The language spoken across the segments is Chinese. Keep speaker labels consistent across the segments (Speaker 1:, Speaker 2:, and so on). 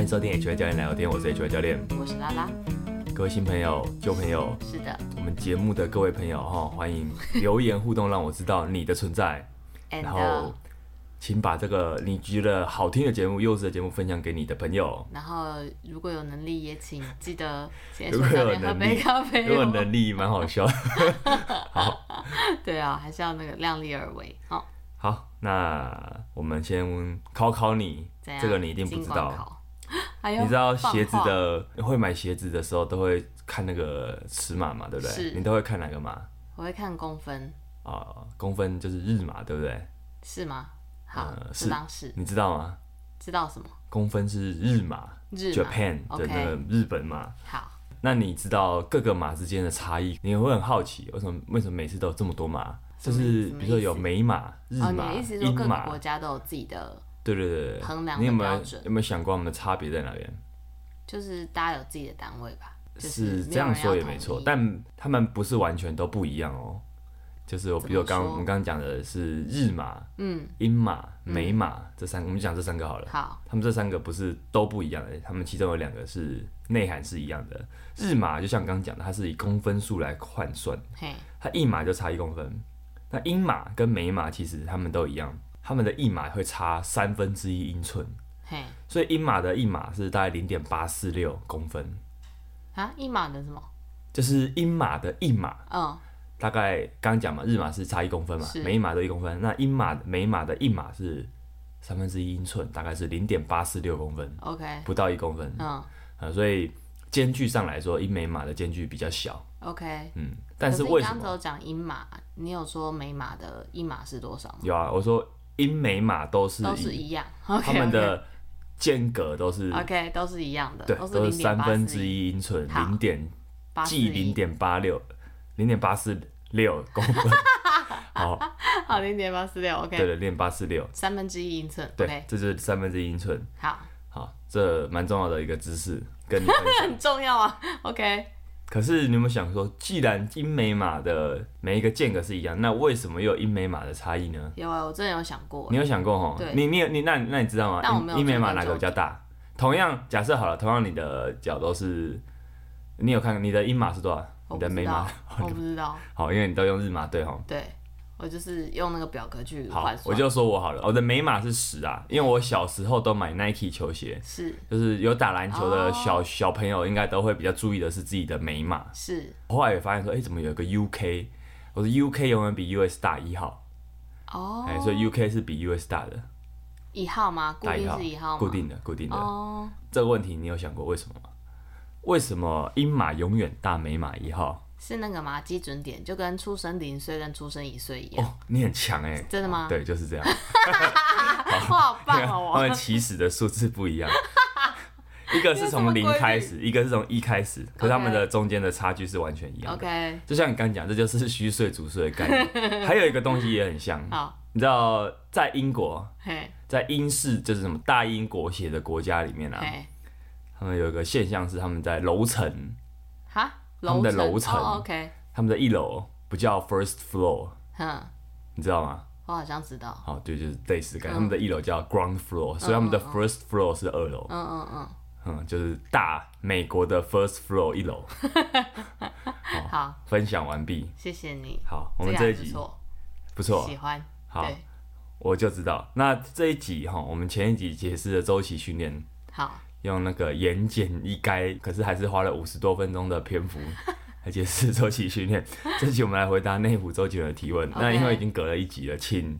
Speaker 1: 迎收听 HR 教练聊天，我是 HR 教练。
Speaker 2: 我是拉拉，
Speaker 1: 各位新朋友、旧朋友，
Speaker 2: 是的
Speaker 1: 我们节目的各位朋友哈，欢迎留言互动，让我知道你的存 在。
Speaker 2: ，and 呃
Speaker 1: 然后，请把这个你觉得好听的节目、优质的节目分享给你的朋友。
Speaker 2: 然后如果有能力也请 记得先
Speaker 1: 如
Speaker 2: 去
Speaker 1: 果
Speaker 2: 找
Speaker 1: 有
Speaker 2: 边喝
Speaker 1: 能
Speaker 2: 杯
Speaker 1: 力
Speaker 2: 咖啡、
Speaker 1: 如果
Speaker 2: 哦。
Speaker 1: 能力蛮好笑的。
Speaker 2: 对啊，还是要那个量力而为哦。
Speaker 1: 好，那我们先考考你
Speaker 2: 怎，样？
Speaker 1: 这个你一定不知
Speaker 2: 金管
Speaker 1: 道。
Speaker 2: 考。 哎呦
Speaker 1: 你知道鞋子
Speaker 2: 放话
Speaker 1: 的会买鞋子的时候都会看那个尺码嘛，对不对？
Speaker 2: 是
Speaker 1: 你都会看哪个码
Speaker 2: 我会看公分
Speaker 1: 啊、公分就是日码，对不对？
Speaker 2: 是吗？好，
Speaker 1: 呃
Speaker 2: 这
Speaker 1: 是
Speaker 2: 当是
Speaker 1: 你知道吗？
Speaker 2: 知道什么
Speaker 1: 公分是日码
Speaker 2: 日嘛
Speaker 1: Japan 的
Speaker 2: OK
Speaker 1: 那个日本码。
Speaker 2: 好，
Speaker 1: 那你知道各个码之间的差异，你会很好奇，为什么为什么每次都有这么多码？
Speaker 2: 什
Speaker 1: 就
Speaker 2: 么
Speaker 1: 是
Speaker 2: 什么
Speaker 1: 比如说
Speaker 2: 意思
Speaker 1: 有美码、日
Speaker 2: 哦，你
Speaker 1: 码、
Speaker 2: 的意思是说
Speaker 1: 英
Speaker 2: 各个
Speaker 1: 码
Speaker 2: 国，家都有自己的，
Speaker 1: 对对对对，
Speaker 2: 衡量的
Speaker 1: 你有没有
Speaker 2: 标准
Speaker 1: 有没有想过我们的差别在哪边？
Speaker 2: 就是大家有自己的单位吧？就是
Speaker 1: 是这样说也没错，
Speaker 2: 但
Speaker 1: 但他们不是完全都不一样哦。就是我，
Speaker 2: 怎
Speaker 1: 比如
Speaker 2: 么
Speaker 1: 刚
Speaker 2: 说
Speaker 1: 我们刚刚讲的是日码、
Speaker 2: 嗯，
Speaker 1: 英码、美码、这三个，我们讲这三个好了。
Speaker 2: 好，
Speaker 1: 他们这三个不是都不一样的，他们其中有两个是内涵是一样的。日码就像刚刚讲的，它是以公分数来换算，
Speaker 2: 嘿，
Speaker 1: 它一码就差一公分。那英码跟美码其实他们都一样，他们的一码会差三分之一英寸，
Speaker 2: 嘿，
Speaker 1: 所以英码的一码是大概零点八四六公分，
Speaker 2: 啊，一码的什么？
Speaker 1: 就是英码的一码。
Speaker 2: 嗯，
Speaker 1: 大概刚刚讲嘛，日码是差一公分嘛，
Speaker 2: 是
Speaker 1: 每一码都一公分。那英码每一码的一码是三分之一英寸，大概是零点八四六公分，
Speaker 2: OK，
Speaker 1: 不到一公分。
Speaker 2: 嗯
Speaker 1: 呃，所以间距上来说，英美码的间距比较小，
Speaker 2: ，OK。
Speaker 1: 嗯，但
Speaker 2: 可
Speaker 1: 是
Speaker 2: 是
Speaker 1: 为
Speaker 2: 你
Speaker 1: 什
Speaker 2: 刚刚只
Speaker 1: 么？
Speaker 2: 有讲英码，你有说美码的一码是多少吗？
Speaker 1: 有啊，我说英美码都是
Speaker 2: 都是
Speaker 1: 以
Speaker 2: 一样，OK，
Speaker 1: 他们的间隔都是
Speaker 2: OK，都是一样的，
Speaker 1: 对，
Speaker 2: 是
Speaker 1: 都
Speaker 2: 零
Speaker 1: 是三
Speaker 2: 点八
Speaker 1: 分
Speaker 2: 四
Speaker 1: 之一英寸，
Speaker 2: 好
Speaker 1: 零点
Speaker 2: 八
Speaker 1: 即零点八六，零点八四六公分，好，
Speaker 2: 好零点八四六
Speaker 1: 对
Speaker 2: OK，
Speaker 1: 了，零点八四六，
Speaker 2: 三分之一英寸
Speaker 1: 对
Speaker 2: OK，
Speaker 1: 这就是三分之一英寸，
Speaker 2: 好，
Speaker 1: 好，这蛮重要的一个知识跟你分享。
Speaker 2: 很重要啊 OK，
Speaker 1: 可是你有没有想说，既然英美码的每一个间隔是一样，那为什么又有英美码的差异呢？
Speaker 2: 有啊，我真的有想过
Speaker 1: 你，有想过哈？
Speaker 2: 对
Speaker 1: 你你有你那那你知道吗？
Speaker 2: 但我
Speaker 1: 英
Speaker 2: 没有
Speaker 1: 英美码
Speaker 2: 追
Speaker 1: 哪
Speaker 2: 根
Speaker 1: 个
Speaker 2: 究
Speaker 1: 比较大？同样假设好了，同样你的脚都是，你有看你的英码是多少？
Speaker 2: 我
Speaker 1: 你
Speaker 2: 不
Speaker 1: 的美
Speaker 2: 知
Speaker 1: 码
Speaker 2: 道，我不知道，
Speaker 1: 好，因为你都用日码对哈。
Speaker 2: 对我就是用那个表格去
Speaker 1: 好
Speaker 2: 换，
Speaker 1: 我
Speaker 2: 算，
Speaker 1: 就说我好了，我的美码是十啊，因为我小时候都买 Nike 球鞋，
Speaker 2: 是
Speaker 1: 就是有打篮球的
Speaker 2: 哦
Speaker 1: 小、小朋友应该都会比较注意的是自己的美码。
Speaker 2: 是
Speaker 1: 后来也发现说，哎、怎么有一个 UK？我的 UK 永远比 US 大一号，
Speaker 2: 哦
Speaker 1: 哎、，所以 UK 是比 US 大的，
Speaker 2: 一号吗？固
Speaker 1: 大
Speaker 2: 定
Speaker 1: 号，
Speaker 2: 是一号吗？
Speaker 1: 固定的，固定的。
Speaker 2: 哦，
Speaker 1: 这个问题你有想过为什么吗？为什么英码永远大美码一号？
Speaker 2: 是那个嘛基准点，就跟出生零岁跟出生一岁一样，
Speaker 1: 哦，你很强哎、
Speaker 2: 真的吗？
Speaker 1: 对，就是这样。
Speaker 2: 哇，好棒哦！
Speaker 1: 他
Speaker 2: 我
Speaker 1: 们起始的数字不一 样，一个是
Speaker 2: 因
Speaker 1: 从
Speaker 2: 为这么
Speaker 1: 零
Speaker 2: 规律
Speaker 1: 开始，一个是从一开始，可是他们的中间的差距是完全一样的。
Speaker 2: OK，
Speaker 1: 就像你刚讲，这就是虚岁主岁的概 念。还有一个东西也很像，
Speaker 2: 好，
Speaker 1: 你知道，在英国，
Speaker 2: 嘿，
Speaker 1: 在英式就是什么大英国协的国家里面啊，
Speaker 2: 嘿，
Speaker 1: 他们有一个现象是他们在楼层，
Speaker 2: 哈，
Speaker 1: 他们的楼层
Speaker 2: 层哦，OK，
Speaker 1: 他们的一楼不叫 first floor，
Speaker 2: 哼，
Speaker 1: 你知道吗？
Speaker 2: 我好像知道，
Speaker 1: 好，对，就是类似的概念，他们的一楼叫 ground floor，所以他们的 first floor 是二楼，
Speaker 2: 嗯嗯嗯，
Speaker 1: 嗯，就是大美国的 first floor 一楼。
Speaker 2: 好，
Speaker 1: 分享完毕，
Speaker 2: 谢谢你，
Speaker 1: 哦好，我们
Speaker 2: 这个
Speaker 1: 这
Speaker 2: 还
Speaker 1: 一
Speaker 2: 不
Speaker 1: 集
Speaker 2: 错，
Speaker 1: 不错
Speaker 2: 喜，欢，
Speaker 1: 好，
Speaker 2: 对，
Speaker 1: 我就知道。那这一集哈，我们前一集解释了周期训练，
Speaker 2: 好，
Speaker 1: 用那个言简意赅，可是还是花了五十多分钟的篇幅来解释周期训练。这集我们来回答内湖周杰伦的提问。那
Speaker 2: OK
Speaker 1: 因为已经隔了一集了，请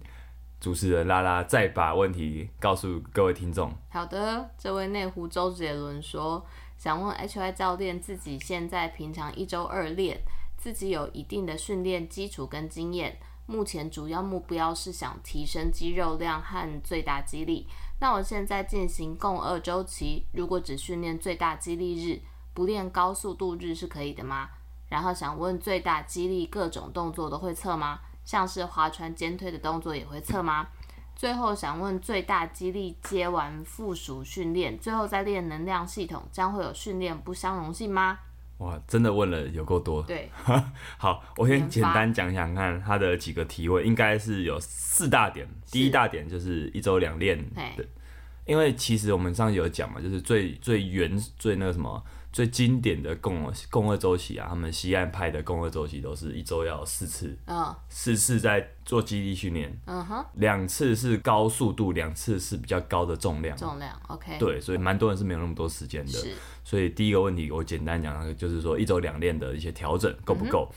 Speaker 1: 主持人拉拉再把问题告诉各位听众。
Speaker 2: 好的，这位内湖周杰伦说，想问 HY 教练，自己现在平常一周二练，自己有一定的训练基础跟经验，目前主要目标是想提升肌肉量和最大肌力。那我现在进行共二周期，如果只训练最大肌力日，不练高速度日是可以的吗？然后想问最大肌力各种动作都会测吗？像是划船、肩推的动作也会测吗？最后想问，最大肌力接完附属训练，最后再练能量系统，将会有训练不相容性吗？
Speaker 1: 哇，真的问了有够多。
Speaker 2: 对，
Speaker 1: 好，我先
Speaker 2: 研
Speaker 1: 简
Speaker 2: 发
Speaker 1: 单讲讲看他的几个提问，应该是有四大点。第一大点就是一周两练
Speaker 2: 嘿
Speaker 1: 的，因为其实我们上集有讲嘛，就是最最原最那个什么最经典的共共轭周期啊，他们西岸派的共轭周期都是一周要四次，
Speaker 2: 嗯
Speaker 1: 四次在做基地训练，
Speaker 2: 嗯哼，
Speaker 1: 两次是高速度，两次是比较高的重量。
Speaker 2: 重量 OK，，
Speaker 1: 对，所以蛮多人是没有那么多时间的。
Speaker 2: 是
Speaker 1: 所以第一个问题，我简单讲，就是说一周两练的一些调整够不
Speaker 2: 嗯
Speaker 1: 够。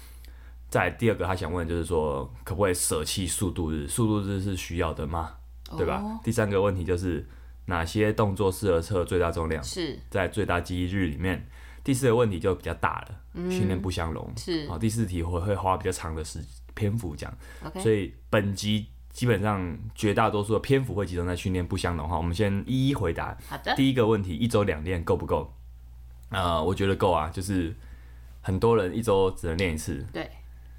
Speaker 1: 再来第二个，他想问的就是说，可不可以舍弃速度日？速度日是需要的吗？对吧？
Speaker 2: 哦
Speaker 1: 第三个问题就是哪些动作适合测最大重量，
Speaker 2: 是
Speaker 1: 在最大记忆日里面。第四个问题就比较大了，训练不相容。哦
Speaker 2: 嗯是
Speaker 1: 好，第四题我会花比较长的时篇幅讲，所
Speaker 2: OK，
Speaker 1: 以本集基本上绝大多数的篇幅会集中在训练不相容哈。我们先一一回答。
Speaker 2: 好 的，
Speaker 1: 第一个问题，一周两练够不够？呃，我觉得够啊，就是很多人一周只能练一次，
Speaker 2: 对，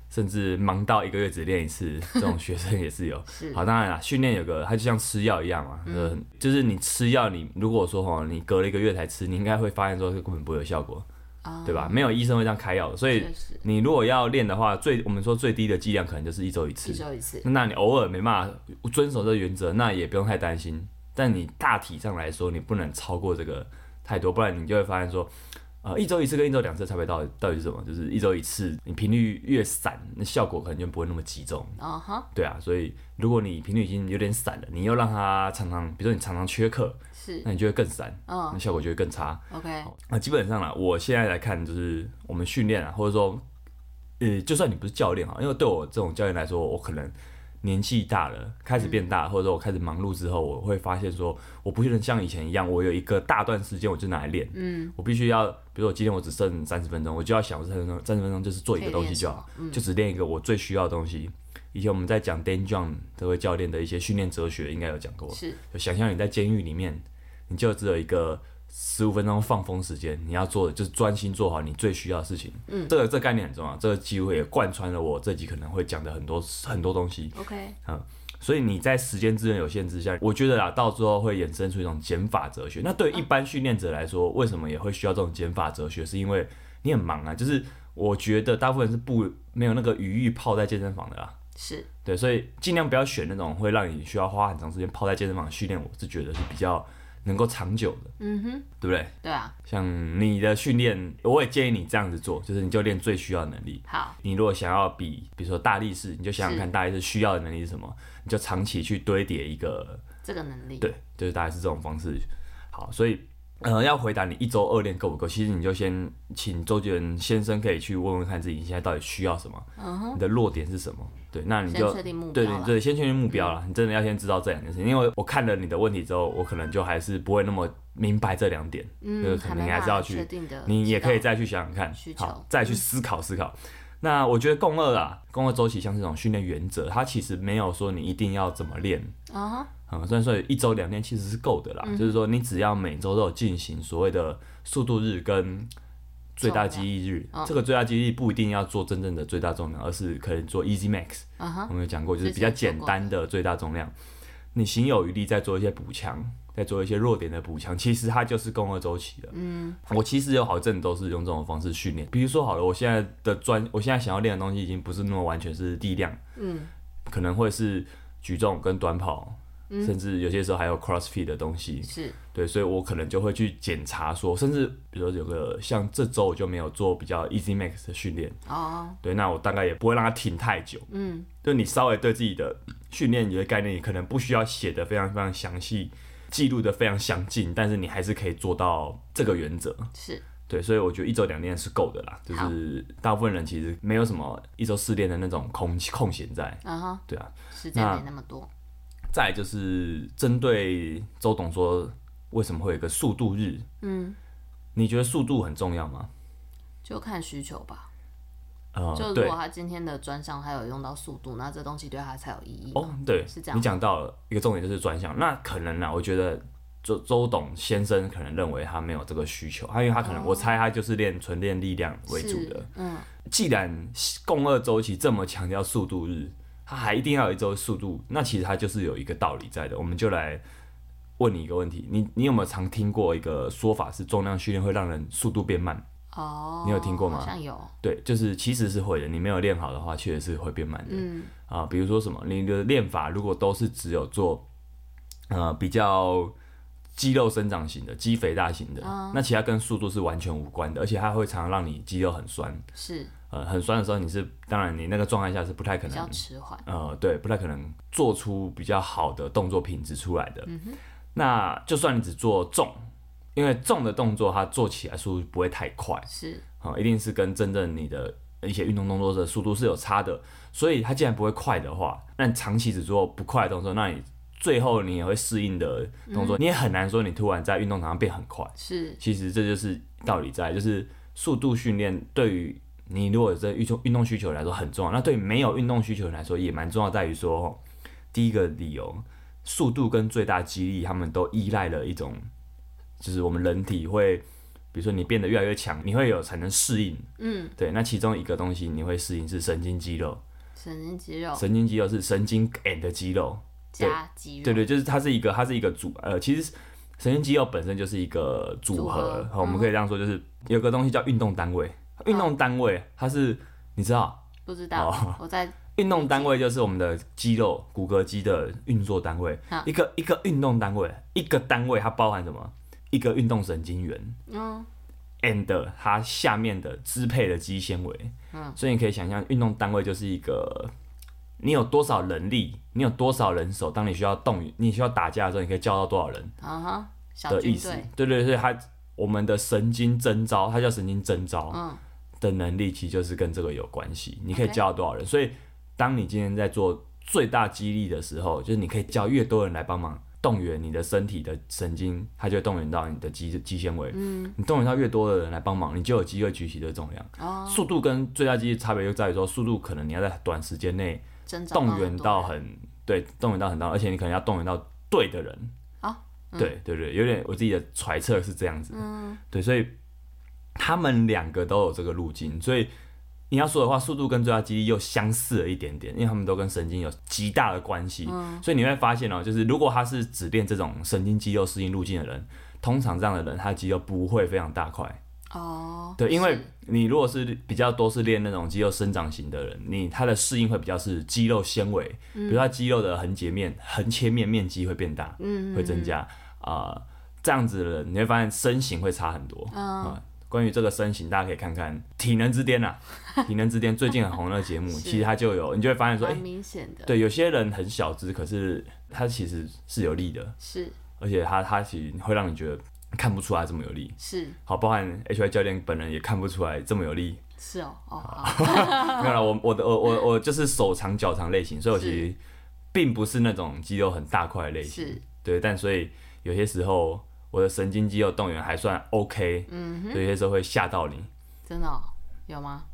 Speaker 1: 甚至忙到一个月只练一 次，这种学生也是有。
Speaker 2: 是嗯
Speaker 1: 好，当然啦，训练有个，它就像吃药一样嘛，呃就是你吃药，你如果说哦，你隔了一个月才吃，你应该会发现说根本不会有效果，
Speaker 2: 啊
Speaker 1: 对吧？没有医生会这样开药的，所以
Speaker 2: 确实
Speaker 1: 你如果要练的话，最我们说最低的剂量可能就是一周一次
Speaker 2: 一，周一次，
Speaker 1: 那你偶尔没办法遵守这个原则，那也不用太担心。但你大体上来说，你不能超过这个太多，不然你就会发现说，呃，一周一次跟一周两次的差别到底到底是什么？就是一周一次，你频率越散，那效果可能就不会那么集中。
Speaker 2: 嗯哼，
Speaker 1: 对啊，所以如果你频率已经有点散了，你又让它常常，比如说你常常缺课，
Speaker 2: 是
Speaker 1: 那你就会更散，
Speaker 2: 嗯
Speaker 1: 那效果就会更差。
Speaker 2: OK，
Speaker 1: 那基本上啦，我现在来看，就是我们训练啊，或者说，呃，就算你不是教练哈，因为对我这种教练来说，我可能年纪大了，开始变大，
Speaker 2: 嗯
Speaker 1: 或者说我开始忙碌之后，我会发现说，我不能像以前一样，我有一个大段时间我就拿来练，
Speaker 2: 嗯，
Speaker 1: 我必须要，比如说我今天我只剩三十分钟，我就要想我三十分钟，三十分钟就是做一个东西就好，
Speaker 2: 可以练什么嗯
Speaker 1: 就只练一个我最需要的东西。以前我们在讲 Dan John 这位教练的一些训练哲学，应该有讲过，
Speaker 2: 是
Speaker 1: 就想象你在监狱里面，你就只有一个十五分钟放风时间，你要做的就是专心做好你最需要的事情。嗯，这个这个概念很重要，这个机会也贯穿了我这集可能会讲的很多很多东西。
Speaker 2: OK，
Speaker 1: 所以你在时间资源有限之下，我觉得啊，到最后会衍生出一种减法哲学。那对于一般训练者来说，为什么也会需要这种减法哲学？是因为你很忙啊，就是我觉得大部分人是不没有那个余裕泡在健身房的啦。
Speaker 2: 是
Speaker 1: 对，所以尽量不要选那种会让你需要花很长时间泡在健身房的训练，我是觉得是比较能够长久的，
Speaker 2: 嗯哼，
Speaker 1: 对不对？
Speaker 2: 对啊，
Speaker 1: 像你的训练，我也建议你这样子做，就是你就练最需要的能力。
Speaker 2: 好，
Speaker 1: 你如果想要比，比如说大力士，你就想想
Speaker 2: 是
Speaker 1: 看大力士需要的能力是什么，你就长期去堆叠一个，
Speaker 2: 这个能力，
Speaker 1: 对，就是大概是这种方式。好，所以呃，要回答你一周二练够不够，其实你就先请周杰伦先生可以去问问看自己现在到底需要什么，
Speaker 2: 嗯哼，
Speaker 1: 你的弱点是什么。对，那你
Speaker 2: 先
Speaker 1: 就
Speaker 2: 确定目标
Speaker 1: 对
Speaker 2: 啦嗯
Speaker 1: 对对，先确定目标啦。你真的要先知道这两件事，因为我看了你的问题之后，我可能就还是不会那么明白这两点，就是
Speaker 2: 嗯，
Speaker 1: 可
Speaker 2: 还
Speaker 1: 能
Speaker 2: 没
Speaker 1: 你还
Speaker 2: 办
Speaker 1: 是要
Speaker 2: 法
Speaker 1: 去
Speaker 2: 确定的，
Speaker 1: 你也可以再去想想看
Speaker 2: 需，求嗯
Speaker 1: 好，再去思考思考。那我觉得共二啊，共二周期像这种训练原则，它其实没有说你一定要怎么练，
Speaker 2: 啊哈，嗯
Speaker 1: 嗯，虽然说一周两天其实是够的啦，就是说你只要每周都有进行所谓的速度日跟最大记忆日，
Speaker 2: 嗯
Speaker 1: 这个最大记忆日不一定要做真正的最大重量，而是可以做 Easy Max，、
Speaker 2: 嗯哼，
Speaker 1: 我们有讲过，就是
Speaker 2: 之前
Speaker 1: 比较
Speaker 2: 有做
Speaker 1: 简
Speaker 2: 过
Speaker 1: 单的最大重量，你行有余力再做一些补强，再做一些弱点的补强，其实它就是共二周期了。
Speaker 2: 嗯，
Speaker 1: 我其实有好阵子都是用这种方式训练，比如说好了，我现在的专，我现在想要练的东西已经不是那么完全是力量，
Speaker 2: 嗯，
Speaker 1: 可能会是举重跟短跑，
Speaker 2: 嗯
Speaker 1: 甚至有些时候还有 CrossFit 的东西，
Speaker 2: 是
Speaker 1: 对，所以我可能就会去检查说，甚至比如说有个像这周我就没有做比较 Easy Max 的训练，
Speaker 2: 哦，
Speaker 1: 对，那我大概也不会让它停太久，
Speaker 2: 嗯，
Speaker 1: 就你稍微对自己的训练有些概念，你可能不需要写的非常非常详细，记录的非常详尽，但是你还是可以做到这个原则。
Speaker 2: 是
Speaker 1: 对，所以我觉得一周两练是够的啦，就
Speaker 2: 好
Speaker 1: 是大部分人其实没有什么一周四练的那种空空闲在，
Speaker 2: 啊哈，
Speaker 1: 对啊。
Speaker 2: 时间
Speaker 1: 那
Speaker 2: 没那么多，
Speaker 1: 再来就是针对周董说，为什么会有一个速度日？
Speaker 2: 嗯，
Speaker 1: 你觉得速度很重要吗？
Speaker 2: 就看需求吧。
Speaker 1: 呃
Speaker 2: 就，如
Speaker 1: 对
Speaker 2: 果，他今天的专项他有用到速度，那这东西对他才有意义嘛。
Speaker 1: 哦，对，
Speaker 2: 嗯是这样
Speaker 1: 你讲到了一个重点，就是专项。那可能啊啦，我觉得周周董先生可能认为他没有这个需求，他因为他可能，我猜他就是练纯练力量为主的
Speaker 2: 哦是。，嗯，
Speaker 1: 既然共二周期这么强调速度日，它还一定要有一周速度，那其实它就是有一个道理在的。我们就来问你一个问题，你你有没有常听过一个说法是重量训练会让人速度变慢？
Speaker 2: 哦，
Speaker 1: 你有听过吗
Speaker 2: 好像有，
Speaker 1: 对，就是其实是会的，你没有练好的话，确实是会变慢的。
Speaker 2: 嗯，
Speaker 1: 啊，比如说什么，你的练法如果都是只有做呃比较肌肉生长型的、肌肥大型的，
Speaker 2: 哦
Speaker 1: 那其他跟速度是完全无关的，而且它会常常让你肌肉很酸。
Speaker 2: 是
Speaker 1: 呃，很酸的时候，你是当然你那个状态下是不太可
Speaker 2: 比较
Speaker 1: 能，
Speaker 2: 迟缓，
Speaker 1: 呃，对，不太可能做出比较好的动作品质出来的。
Speaker 2: 嗯
Speaker 1: 那就算你只做重，因为重的动作它做起来速度不会太快，
Speaker 2: 是
Speaker 1: 啊、一定是跟真正你的一些运动动作的速度是有差的。所以它既然不会快的话，那你长期只做不快的动作，那你最后你也会适应的动作，你也很难说你突然在运动场上变很快。
Speaker 2: 是
Speaker 1: 其实这就是道理在，就是速度训练对于你如果有这运动运动需求来说很重要，那对于没有运动需求的人来说也蛮重要，在于说哦第一个理由，速度跟最大肌力，他们都依赖了一种，就是我们人体会，比如说你变得越来越强，你会有产生适应，
Speaker 2: 嗯，
Speaker 1: 对，那其中一个东西你会适应是神经肌肉，
Speaker 2: 神经肌肉
Speaker 1: 神经肌肉是神经 and 肌肉，
Speaker 2: 加肌肉，
Speaker 1: 对对，就是它是一个，它是一个组，呃，其实神经肌肉本身就是一个组
Speaker 2: 组
Speaker 1: 合
Speaker 2: 合，
Speaker 1: 好我们可以这样说，就是有个东西叫运动单位，运动单位它是你知道，
Speaker 2: 不知道、 我在
Speaker 1: 运动单位就是我们的肌肉、骨骼肌的运作单位
Speaker 2: 好，
Speaker 1: 一个一个运动单位，一个单位它包含什么？一个运动神经元
Speaker 2: 嗯
Speaker 1: ，and 它下面的支配的肌纤维，
Speaker 2: 嗯
Speaker 1: 所以你可以想象，运动单位就是一个你有多少人力，你有多少人手，当你需要动，你需要打架的时候，你可以叫到多少人。
Speaker 2: 啊哈小
Speaker 1: 的意
Speaker 2: 军
Speaker 1: 思
Speaker 2: 队，。
Speaker 1: 对对对，它我们的神经征召，它叫神经征召、
Speaker 2: 嗯
Speaker 1: 的能力，其实就是跟这个有关系。你可以
Speaker 2: OK
Speaker 1: 教到多少人所以当你今天在做最大激励的时候，就是你可以叫越多人来帮忙。动员你的身体的神经，它就会动员到你的肌肌纤维。嗯，你动员到越多的人来帮忙，你就有机会举起这个重量。
Speaker 2: 哦，
Speaker 1: 速度跟最大肌力差别就在于说，速度可能你要在短时间内
Speaker 2: 真找
Speaker 1: 动员
Speaker 2: 很多
Speaker 1: 到
Speaker 2: 人
Speaker 1: 很对，动员到很大，而且你可能要动员到对的人。
Speaker 2: 啊
Speaker 1: 对对对，有点我自己的揣测是这样子。嗯，对，所以他们两个都有这个路径，所以你要说的话，速度跟最大肌力又相似了一点点，因为他们都跟神经有极大的关系。嗯，所以你会发现哦、就是如果他是只练这种神经肌肉适应路径的人，通常这样的人他的肌肉不会非常大块。
Speaker 2: 哦，
Speaker 1: 对，因为
Speaker 2: 是
Speaker 1: 你如果是比较多是练那种肌肉生长型的人，你他的适应会比较是肌肉纤维，比如他肌肉的横截面、横切面面积会变大，
Speaker 2: 嗯
Speaker 1: 会增加啊、呃这样子的人你会发现身形会差很多
Speaker 2: 嗯
Speaker 1: 啊、关于这个身形，大家可以看看《体能之巅》啊，《体能之巅》最近很红的节目，
Speaker 2: 是啊
Speaker 1: 其实它就有，你就会发现说，哎、
Speaker 2: 蛮明显的，
Speaker 1: 对，有些人很小只，可是他其实是有力的，
Speaker 2: 是
Speaker 1: 而且他他其实会让你觉得看不出来这么有力。
Speaker 2: 是
Speaker 1: 好，包含 H Y 教练本人也看不出来这么有 力。
Speaker 2: 是哦，哦
Speaker 1: 啊
Speaker 2: 好，
Speaker 1: 没有了，我我的我我我就是手长脚长类型，所以我其
Speaker 2: 是
Speaker 1: 实并不是那种肌肉很大块的类型
Speaker 2: 是。
Speaker 1: 对，但所以有些时候我的神经肌肉动员还算 OK，
Speaker 2: 嗯
Speaker 1: 所以有些时候会吓到你。
Speaker 2: 真的、哦、有吗？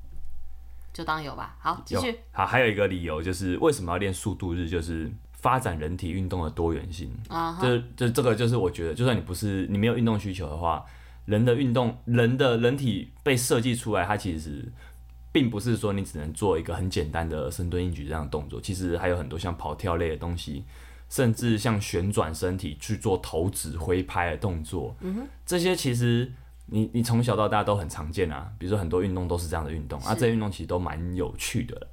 Speaker 2: 就当有吧。好，继
Speaker 1: 有
Speaker 2: 续。
Speaker 1: 好，还有一个理由就是为什么要练速度日，就是发展人体运动的多元性。
Speaker 2: 啊哈，
Speaker 1: 这这这个就是我觉得，就算你不是你没有运动需求的话，人的运动人的人体被设计出来，它其实并不是说你只能做一个很简单的深蹲、硬举这样的动作，其实还有很多像跑跳类的东西，甚至像旋转身体去做投掷、挥拍的动作，嗯、这些其实。你你从小到大都很常见啊，比如说很多运动都是这样的运动，啊，
Speaker 2: 是嗯
Speaker 1: 这些运动其实都蛮有趣的啦。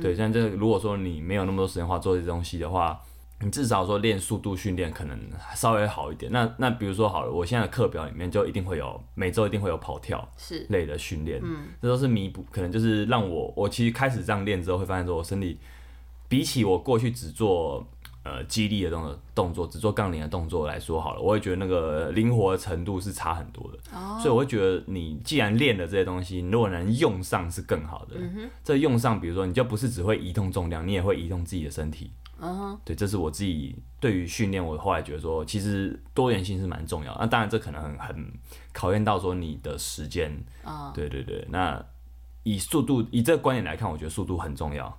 Speaker 1: 对，但这如果说你没有那么多时间花做这些东西的话，你至少说练速度训练可能稍微好一点。那那比如说好了，我现在的课表里面就一定会有每周一定会有跑跳
Speaker 2: 是
Speaker 1: 类的训练，嗯，这都是弥补，可能就是让我我其实开始这样练之后，会发现说我身体比起我过去只做呃肌力的动作动作，只做杠铃的动作来说好了，我会觉得那个灵活的程度是差很多的，
Speaker 2: 哦
Speaker 1: 所以我会觉得你既然练了这些东西，你如果能用上是更好的。这用上，比如说你就不是只会移动重量，你也会移动自己的身体。
Speaker 2: 嗯哼，
Speaker 1: 对，这是我自己对于训练，我后来觉得说，其实多元性是蛮重要的。那当然，这可能很很考验到说你的时间。
Speaker 2: 啊、
Speaker 1: 对对对，那以速度以这个观点来看，我觉得速度很重要。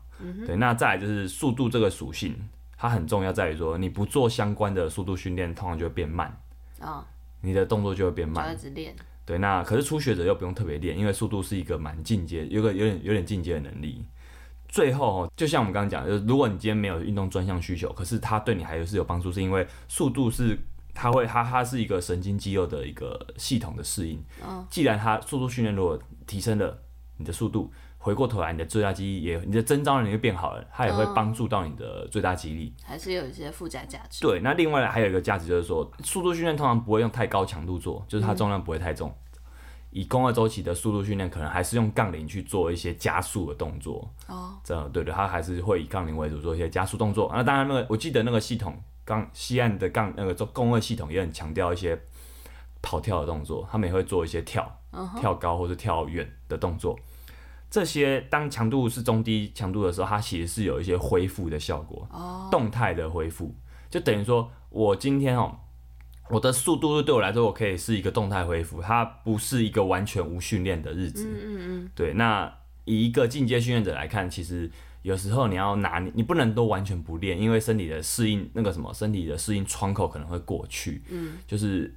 Speaker 1: 对，那再来就是速度这个属性，它很重要在于说，你不做相关的速度训练，通常就会变慢，
Speaker 2: 啊、
Speaker 1: 你的动作就会变
Speaker 2: 就
Speaker 1: 慢
Speaker 2: 一。直练，
Speaker 1: 对，那可是初学者又不用特别练，因为速度是一个蛮进阶，有个有点有点进阶的能力。最后哦，就像我们刚刚讲的，就是如果你今天没有运动专项需求，可是它对你还是有帮助，是因为速度是它会它它是一个神经肌肉的一个系统的适应。既然它速度训练如果提升了你的速度，回过头来，你的最大记忆也，你的征召能力就变好了，它也会
Speaker 2: 嗯
Speaker 1: 帮助到你的最大肌力。
Speaker 2: 还是有一些附加价值。
Speaker 1: 对，那另外还有一个价值就是说，速度训练通常不会用太高强度做，就是它重量不会太重。以肱二周期的速度训练，可能还是用杠铃去做一些加速的动作。
Speaker 2: 哦，
Speaker 1: 这样对对，它还是会以杠铃为主做一些加速动作。那啊当然，那个我记得那个系统，杠西岸的杠那个做肱二系统也很强调一些跑跳的动作，他们也会做一些跳
Speaker 2: 嗯哼，
Speaker 1: 跳高或是跳远的动作。这些当强度是中低强度的时候，它其实是有一些恢复的效果。
Speaker 2: 哦，
Speaker 1: 动态的恢复，就等于说我今天哦，我的速度对我来说，我可以是一个动态恢复，它不是一个完全无训练的日子。
Speaker 2: 嗯嗯嗯，
Speaker 1: 对，那以一个进阶训练者来看，其实有时候你要拿捏，你不能都完全不练，因为身体的适应那个什么，身体的适应窗口可能会过去。
Speaker 2: 嗯，
Speaker 1: 就是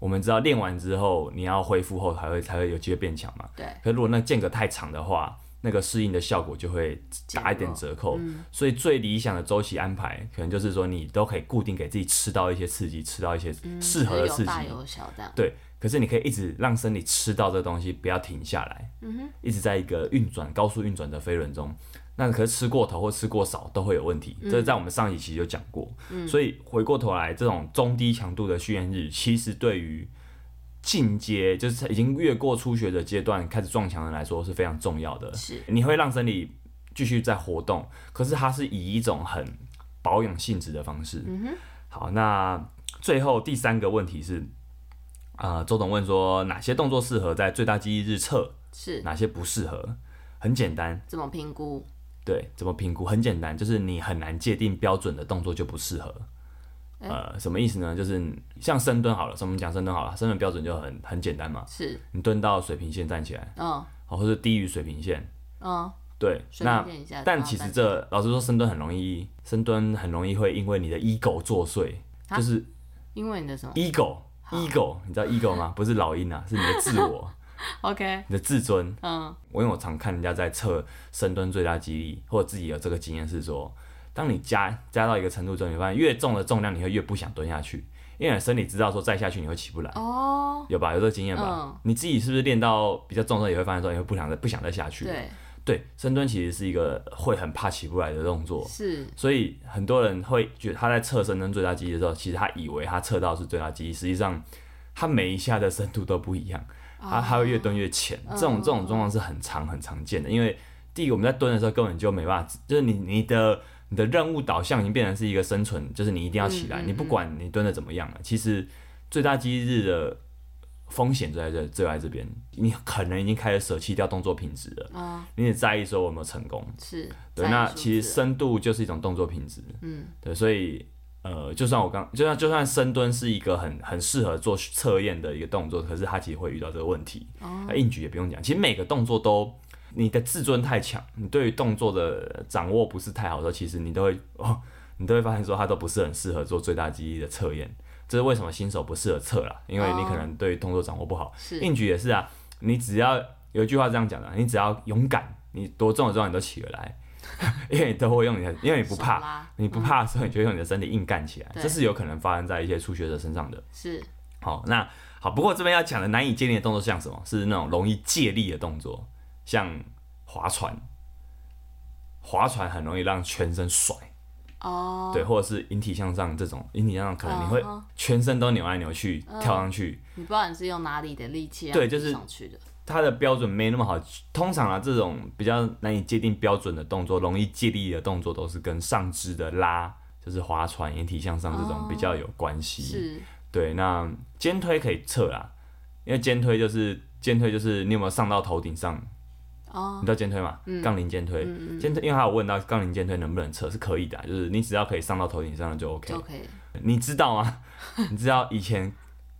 Speaker 1: 我们知道练完之后，你要恢复后才会才会有机会变强嘛。
Speaker 2: 对，
Speaker 1: 可是如果那间隔太长的话，那个适应的效果就会打一点折扣。
Speaker 2: 嗯
Speaker 1: 所以最理想的周期安排，可能就是说你都可以固定给自己吃到一些刺激，吃到一些
Speaker 2: 嗯
Speaker 1: 适合的
Speaker 2: 就
Speaker 1: 刺激。
Speaker 2: 是有大有小这样。
Speaker 1: 对，可是你可以一直让身体吃到这东西，不要停下来，
Speaker 2: 嗯哼，
Speaker 1: 一直在一个运转、高速运转的飞轮中。那可是吃过头或吃过少都会有问题，这
Speaker 2: 嗯
Speaker 1: 是在我们上一期就讲过。所以回过头来，这种中低强度的训练日，其实对于进阶，就是已经越过初学者阶段开始撞墙的人来说是非常重要的。
Speaker 2: 是
Speaker 1: 你会让身体继续在活动，可是它是以一种很保养性质的方式。
Speaker 2: 嗯哼
Speaker 1: 好，那最后第三个问题是，呃，周董问说哪些动作适合在最大记忆日测，
Speaker 2: 是，
Speaker 1: 哪些不适合？很简单，
Speaker 2: 怎么评估？
Speaker 1: 对，怎么评估？很简单，就是你很难界定标准的动作就不适合。
Speaker 2: 哎
Speaker 1: 呃，什么意思呢？就是像深蹲好了，我们讲深蹲好了，深蹲标准就很很简单嘛，
Speaker 2: 是，
Speaker 1: 你蹲到水平线站起来，
Speaker 2: 嗯
Speaker 1: 好，或是低于水平线。
Speaker 2: 嗯，
Speaker 1: 对，
Speaker 2: 顺
Speaker 1: 那
Speaker 2: 便练一下。
Speaker 1: 但
Speaker 2: 然后
Speaker 1: 其实
Speaker 2: 再
Speaker 1: 这老实说，深蹲很容易，深蹲很容易会因为你的 ego 作祟，
Speaker 2: 啊
Speaker 1: 就是
Speaker 2: 因为你的什么
Speaker 1: ego ego，你知道 ego 吗？不是老鹰啊，是你的自我，
Speaker 2: ？OK，
Speaker 1: 你的自尊。
Speaker 2: 嗯，
Speaker 1: 我因为我常看人家在测深蹲最大肌力，或者自己有这个经验是说，当你加加到一个程度之后，你发现越重的重量你会越不想蹲下去，因为你身体知道说再下去你会起不来。
Speaker 2: 哦，
Speaker 1: 有吧？有这个经验吧？
Speaker 2: 嗯
Speaker 1: 你自己是不是练到比较重的时候也会发现说，你会不想再不想再下去？
Speaker 2: 对，
Speaker 1: 对，深蹲其实是一个会很怕起不来的动作。
Speaker 2: 是，
Speaker 1: 所以很多人会觉得他在测深蹲最大肌力的时候，其实他以为他测到是最大肌力，实际上他每一下的深度都不一样，
Speaker 2: 哦
Speaker 1: 他他会越蹲越浅。这
Speaker 2: 嗯
Speaker 1: 种这种状况是很常很常见的，因为第一个我们在蹲的时候根本就没办法，就是你你的你的任务导向已经变成是一个生存，就是你一定要起来，
Speaker 2: 嗯嗯
Speaker 1: 你不管你蹲的怎么样了，其实最大肌力的。风险就在这，就在这边，你可能已经开始舍弃掉动作品质了，
Speaker 2: 嗯，
Speaker 1: 你也在意说我有没有成功。
Speaker 2: 是。
Speaker 1: 对，
Speaker 2: 在
Speaker 1: 那
Speaker 2: 意数
Speaker 1: 其实
Speaker 2: 字
Speaker 1: 深度就是一种动作品质。
Speaker 2: 嗯，
Speaker 1: 对，所以呃，就算我刚，就算就算深蹲是一个很很适合做测验的一个动作，可是它其实会遇到这个问题。
Speaker 2: 哦
Speaker 1: 那硬举也不用讲，其实每个动作都，你的自尊太强，你对于动作的掌握不是太好的时候，其实你都会哦，你都会发现说它都不是很适合做最大肌力的测验。这是为什么新手不适合测啦，因为你
Speaker 2: 哦
Speaker 1: 可能对于动作掌握不好。
Speaker 2: 是
Speaker 1: 硬举也是啊，你只要有一句话这样讲的，你只要勇敢，你多重的重量你都起得来， 因为你都会用你的，因为你不
Speaker 2: 手
Speaker 1: 怕，
Speaker 2: 拉
Speaker 1: 你不怕的时候，你就用你的身体硬干起来，
Speaker 2: 对
Speaker 1: 这是有可能发生在一些初学者身上的。
Speaker 2: 是
Speaker 1: 好，那好，不过这边要讲的难以借力的动作像什么？是那种容易借力的动作，像划船，划船很容易让全身甩，
Speaker 2: 哦，
Speaker 1: 对，或者是引体向上这种，引体向上可能你会
Speaker 2: 嗯
Speaker 1: 全身都扭来扭去，跳上去，
Speaker 2: 你不知道你是用哪里的力气让
Speaker 1: 对
Speaker 2: 你
Speaker 1: 就是
Speaker 2: 上去的，
Speaker 1: 它的标准没那么好。通常啊，这种比较难以界定标准的动作，容易借力的动作，都是跟上肢的拉，就是划船、引体向上这种
Speaker 2: 哦
Speaker 1: 比较有关系。
Speaker 2: 是
Speaker 1: 对，那肩推可以测啦，因为肩推就是肩推就是你有没有上到头顶上？
Speaker 2: 哦嗯
Speaker 1: 你知道肩推吗？杠铃肩推，肩推，因为他有问到杠铃肩推能不能测，是可以的啊、就是你只要可以上到头顶上就 OK
Speaker 2: 就。可以
Speaker 1: 你知道吗？ 你知道以前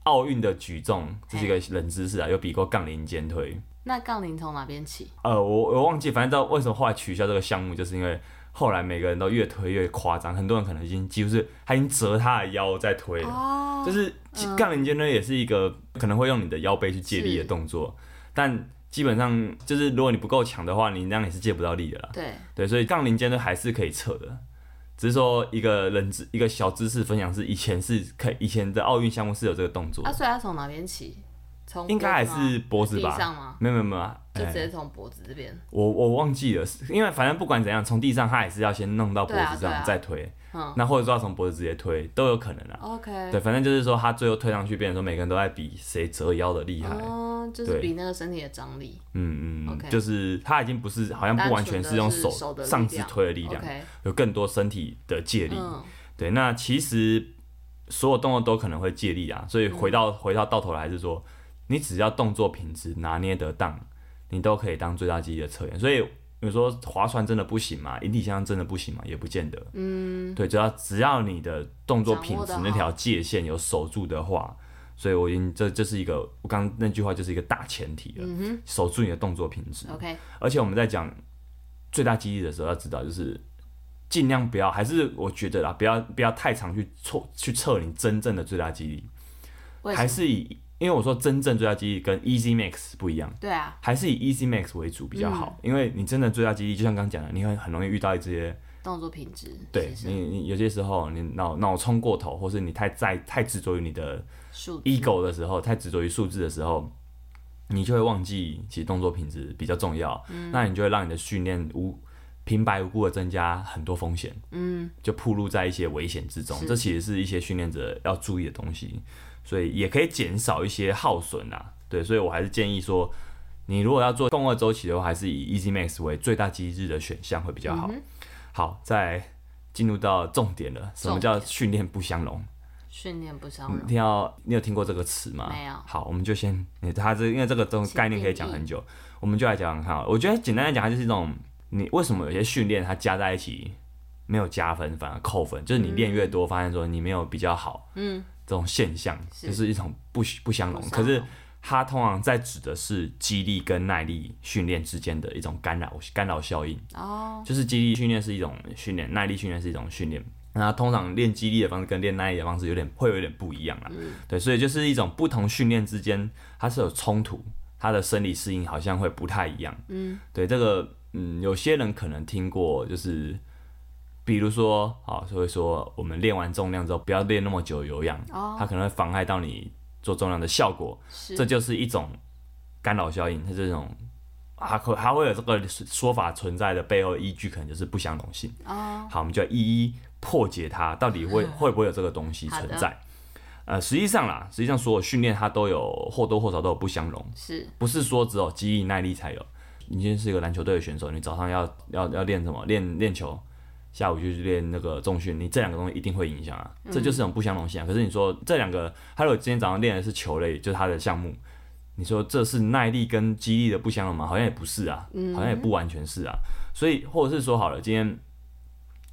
Speaker 1: 奥运的举重，这是一个
Speaker 2: 哎
Speaker 1: 冷知识啊，有比过杠铃肩推。
Speaker 2: 那杠铃从哪边起？
Speaker 1: 呃，我我忘记，反正知道为什么后来取消这个项目，就是因为后来每个人都越推越夸张，很多人可能已经几乎是他已经折他的腰在推了，
Speaker 2: 哦，
Speaker 1: 就是其杠铃肩推也是一个可能会用你的腰背去借力的
Speaker 2: 是
Speaker 1: 动作，但基本上就是如果你不够强的话，你那样也是借不到力的啦。
Speaker 2: 对，
Speaker 1: 对，所以杠铃肩推还是可以测的，只是说一个冷知一个小知识分享是以前是可以以前的奥运项目是有这个动作
Speaker 2: 啊啊，，所以它从哪边起？从
Speaker 1: 应该还是脖子
Speaker 2: 地
Speaker 1: 吧？
Speaker 2: 上吗？
Speaker 1: 没有没有没有，
Speaker 2: 就直
Speaker 1: 哎
Speaker 2: 接从脖子这边，
Speaker 1: 我我忘记了，是因为反正不管怎样，从地上他还是要先弄到脖
Speaker 2: 对啊
Speaker 1: 子上、
Speaker 2: 对啊
Speaker 1: 再推，
Speaker 2: 嗯
Speaker 1: 那或者说要从脖子直接推都有可能啊。
Speaker 2: ，OK，
Speaker 1: 对，反正就是说他最后推上去，变成说每个人都在比谁折腰的厉害。
Speaker 2: 哦，就是
Speaker 1: 对
Speaker 2: 比那个身体的张力
Speaker 1: 嗯嗯
Speaker 2: OK
Speaker 1: 嗯，就是他已经不是好像不完全是用手
Speaker 2: 单纯的是手的力
Speaker 1: 上肢推的力量，
Speaker 2: ，OK，
Speaker 1: 有更多身体的借力。
Speaker 2: 嗯，
Speaker 1: 对，那其实所有动作都可能会借力啊，所以回到、回到到头来还是说，你只要动作品质拿捏得当，你都可以当最大肌力的测验。所以你说划船真的不行吗？引体向上真的不行吗？也不见得。嗯，对，只要只要你的动作品质
Speaker 2: 掌握得
Speaker 1: 那
Speaker 2: 好
Speaker 1: 条界限有守住的话。所以，我已经这这是一个我刚刚那句话就是一个大前提了，守住你的动作品质。
Speaker 2: ，OK，
Speaker 1: 而且我们在讲最大记忆的时候，要知道就是尽量不要，还是我觉得啦，不要不要太常去测去测你真正的最大记忆，
Speaker 2: 为什
Speaker 1: 还
Speaker 2: 么？
Speaker 1: 是以因为我说真正最大记忆跟 Easy Max 不一样，
Speaker 2: 对啊，
Speaker 1: 还是以 Easy Max 为主比较好，
Speaker 2: 嗯
Speaker 1: 因为你真的最大记忆，就像刚刚讲的，你会很容易遇到一些
Speaker 2: 动作品质，
Speaker 1: 对
Speaker 2: 其实
Speaker 1: 你你有些时候你脑脑冲过头，或是你太在太执着于你的
Speaker 2: 数字
Speaker 1: ego 的时候，太执着于数字的时候，你就会忘记其实动作品质比较重要。那你就会让你的训练无平白无故的增加很多风险，嗯，就暴露在一些危险之中。
Speaker 2: 是
Speaker 1: 这其实是一些训练者要注意的东西，所以也可以减少一些耗损啊。对，所以我还是建议说，你如果要做共二周期的话，还是以 Easy Max 为最大机日的选项会比
Speaker 2: 嗯
Speaker 1: 较好。好，再进入到重点了，什么叫训练不相容？
Speaker 2: 训练不相
Speaker 1: 你嗯
Speaker 2: 容，
Speaker 1: 听到你有听过这个词吗？
Speaker 2: 没有
Speaker 1: 好，我们就先，你它这因为这个东
Speaker 2: 请
Speaker 1: 概念可以
Speaker 2: 定义
Speaker 1: 讲很久，我们就来讲讲看好了。我觉得简单来讲，它就是一种你为什么有些训练它加在一起没有加分，反而扣分，就是你练越多，发现说你没有比较好，嗯，这种现象
Speaker 2: 是
Speaker 1: 就是一种不不相容。
Speaker 2: 不相
Speaker 1: 可是
Speaker 2: 容
Speaker 1: 它通常在指的是肌力跟耐力训练之间的一种干扰干扰效应。
Speaker 2: 哦，
Speaker 1: 就是肌力训练是一种训练，耐力训练是一种训练。那通常练肌力的方式跟练耐力的方式有点会有点不一样啦，
Speaker 2: 嗯
Speaker 1: 对，所以就是一种不同训练之间它是有冲突，它的生理适应好像会不太一样。嗯，对，这个嗯，有些人可能听过，就是比如说，好，就会说我们练完重量之后不要练那么久有氧，
Speaker 2: 哦
Speaker 1: 它可能会妨害到你做重量的效果，
Speaker 2: 是
Speaker 1: 这就是一种干扰效应，它这种它可它会有这个说法存在的背后依据，可能就是不相容性。
Speaker 2: 哦，
Speaker 1: 好，我们就一一破解它，到底 会会不会有这个东西存在？呃，实际上啦，实际上所有训练它都有或多或少都有不相容，
Speaker 2: 是
Speaker 1: 不是说只有肌力耐力才有。你今天是一个篮球队的选手，你早上要要要练什么？练练球，下午就去练那个重训，你这两个东西一定会影响啊，这就是一种不相容性啊。可是你说这两个，他如果今天早上练的是球类，就是他的项目，你说这是耐力跟肌力的不相容吗？好像也不是啊，好像也不完全是啊。所以或者是说好了，今天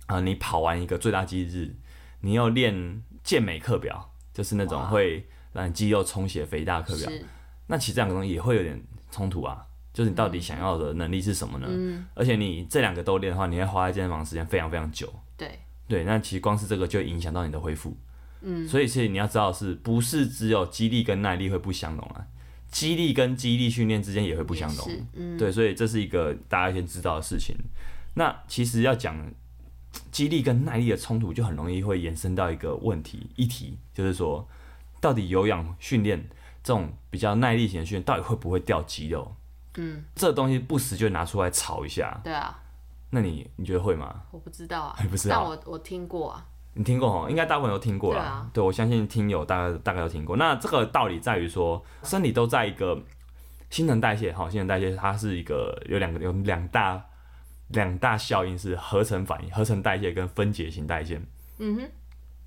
Speaker 1: 啊、你跑完一个最大肌日，你要练健美课表，就是那种
Speaker 2: 哇
Speaker 1: 会让你肌肉充血肥大课表。
Speaker 2: 是
Speaker 1: 那其实这两个东西也会有点冲突啊。就是你到底想要的能力是什么呢？
Speaker 2: 嗯
Speaker 1: 而且你这两个都练的话，你会花在健身房时间非常非常久。
Speaker 2: 对，
Speaker 1: 对，那其实光是这个就影响到你的恢复。嗯，所以其实你要知道是不是只有肌力跟耐力会不相容啊？肌力跟肌力训练之间也会不相容
Speaker 2: 也。是嗯，
Speaker 1: 对，所以这是一个大家先知道的事情。那其实要讲肌力跟耐力的冲突，就很容易会延伸到一个问题议题，就是说，到底有氧训练这种比较耐力型的训练，到底会不会掉肌肉？
Speaker 2: 嗯，
Speaker 1: 这东西不时就拿出来吵一下，
Speaker 2: 对啊，
Speaker 1: 那你你觉得会吗？
Speaker 2: 我不知道啊，
Speaker 1: 还哎不知道
Speaker 2: 但我我听过啊，
Speaker 1: 你听过哦，应该大部分都听过啦。
Speaker 2: 对啊
Speaker 1: 我相信听友大概大概都听过。那这个道理在于说，身体都在一个新陈代谢，好，新陈代谢它是一个有两个有两大两大效应是合成反应、合成代谢跟分解型代谢。嗯哼，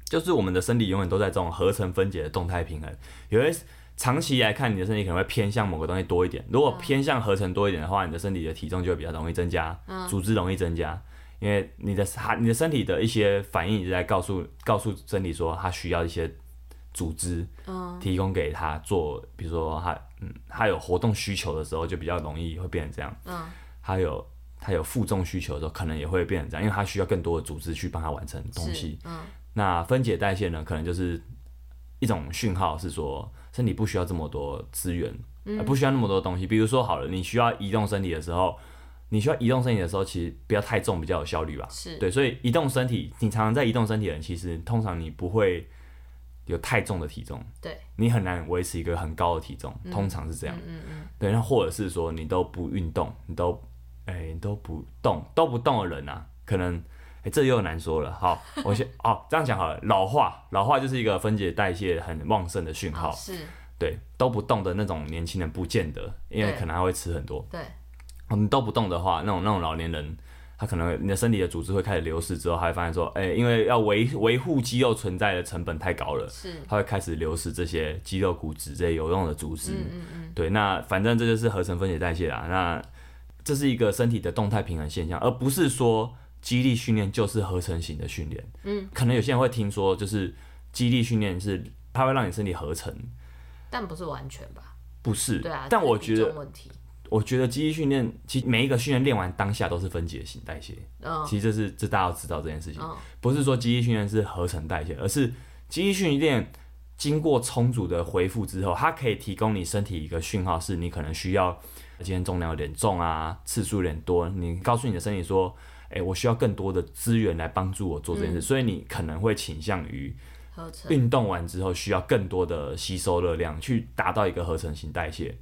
Speaker 1: 就是我们的身体永远都在这种合成分解的动态平衡。有些长期来看，你的身体可能会偏向某个东西多一点。如果偏向合成多一点的话，你的身体的体重就会比较容易增加，组织容易增加。因为你的它你的身体的一些反应一直在告诉告诉身体说它需要一些组织，
Speaker 2: 嗯
Speaker 1: 提供给它做，比如说它嗯它有活动需求的时候就比较容易会变成这样，
Speaker 2: 嗯，
Speaker 1: 它有它有负重需求的时候可能也会变成这样，因为它需要更多的组织去帮它完成东西
Speaker 2: 是，嗯，
Speaker 1: 那分解代谢呢，可能就是一种讯号，是说身体不需要这么多资源，呃不需要那么多东西。比如说，好了，你需要移动身体的时候，你需要移动身体的时候，其实不要太重，比较有效率吧。
Speaker 2: 是
Speaker 1: 对，所以移动身体，你常常在移动身体的人，其实通常你不会有太重的体重，
Speaker 2: 对，
Speaker 1: 你很难维持一个很高的体重，通常是这样。
Speaker 2: 嗯嗯
Speaker 1: 对，那或者是说你都不运动，你都哎、你都不动都不动的人啊，可能哎、这又难说了。 好，我先哦这样讲好了，老化老化就是一个分解代谢很旺盛的讯
Speaker 2: 嗯，
Speaker 1: 号，
Speaker 2: 哦是，
Speaker 1: 对，都不动的那种年轻人不见得，因为
Speaker 2: 对
Speaker 1: 可能还会吃很多。
Speaker 2: 对，
Speaker 1: 哦，你都不动的话，那种那种老年人，他可能你的身体的组织会开始流失之后，他会发现说，哎、因为要维维护肌肉存在的成本太高了，
Speaker 2: 是，
Speaker 1: 他会开始流失这些肌肉、骨质这些有用的组织。
Speaker 2: 嗯嗯嗯，
Speaker 1: 对，那反正这就是合成分解代谢啦。那这是一个身体的动态平衡现象，而不是说肌力训练就是合成型的训练。
Speaker 2: 嗯，
Speaker 1: 可能有些人会听说，就是肌力训练是它会让你身体合成，
Speaker 2: 但不是完全吧？
Speaker 1: 不是。
Speaker 2: 对啊，
Speaker 1: 但
Speaker 2: 这
Speaker 1: 我
Speaker 2: 是
Speaker 1: 觉
Speaker 2: 一
Speaker 1: 得
Speaker 2: 种问题，
Speaker 1: 我觉得肌力训练，其实每一个训练练完当下都是分解型代谢。
Speaker 2: 嗯
Speaker 1: 其实这是这大家要知道这件事情，
Speaker 2: 嗯，
Speaker 1: 不是说肌力训练是合成代谢，而是肌力训练经过充足的恢复之后，它可以提供你身体一个讯号，是你可能需要呃今天重量有点重啊，次数有点多，你告诉你的身体说，哎、我需要更多的资源来帮助我做这件事，
Speaker 2: 嗯
Speaker 1: 所以你可能会倾向于
Speaker 2: 合成，
Speaker 1: 运动完之后需要更多的吸收热量，去达到一个合成型代谢。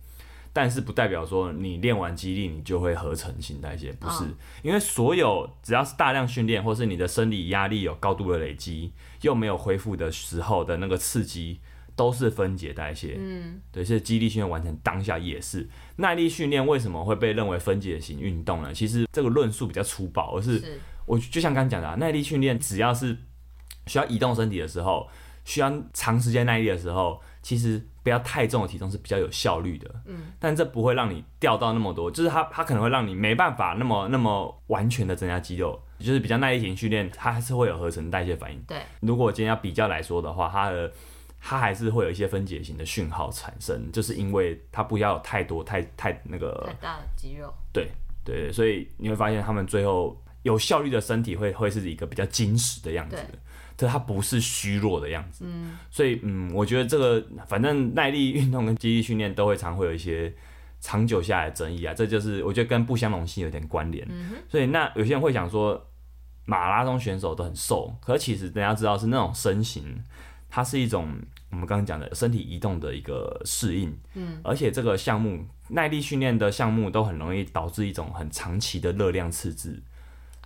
Speaker 1: 但是不代表说你练完肌力你就会合成型代谢，不是，因为所有只要是大量训练，或是你的生理压力有高度的累积，又没有恢复的时候的那个刺激，都是分解代谢。
Speaker 2: 嗯，
Speaker 1: 对，所以肌力训练完成当下也是耐力训练为什么会被认为分解型运动呢？其实这个论述比较粗暴，而是
Speaker 2: 是，
Speaker 1: 我就像刚刚讲的、啊，耐力训练只要是需要移动身体的时候，需要长时间耐力的时候，其实不要太重的体重是比较有效率的。嗯，但这不会让你掉到那么多，就是它它可能会让你没办法那么那么完全的增加肌肉，就是比较耐力型训练，它还是会有合成代谢反应。
Speaker 2: 对，
Speaker 1: 如果今天要比较来说的话，它的它还是会有一些分解型的讯号产生，就是因为它不要有太多太太那个
Speaker 2: 太大的肌肉，
Speaker 1: 对，所以你会发现他们最后有效率的身体会会是一个比较精实的样子的
Speaker 2: 对，
Speaker 1: 但它不是虚弱的样子。
Speaker 2: 嗯，
Speaker 1: 所以嗯，我觉得这个反正耐力运动跟肌力训练都会常会有一些长久下来的争议啊，这就是我觉得跟不相容性有点关联。
Speaker 2: 嗯哼，
Speaker 1: 所以那有些人会想说，马拉松选手都很瘦，可其实大家知道是那种身形，它是一种我们刚刚讲的身体移动的一个适应。
Speaker 2: 嗯，
Speaker 1: 而且这个项目耐力训练的项目都很容易导致一种很长期的热量赤字，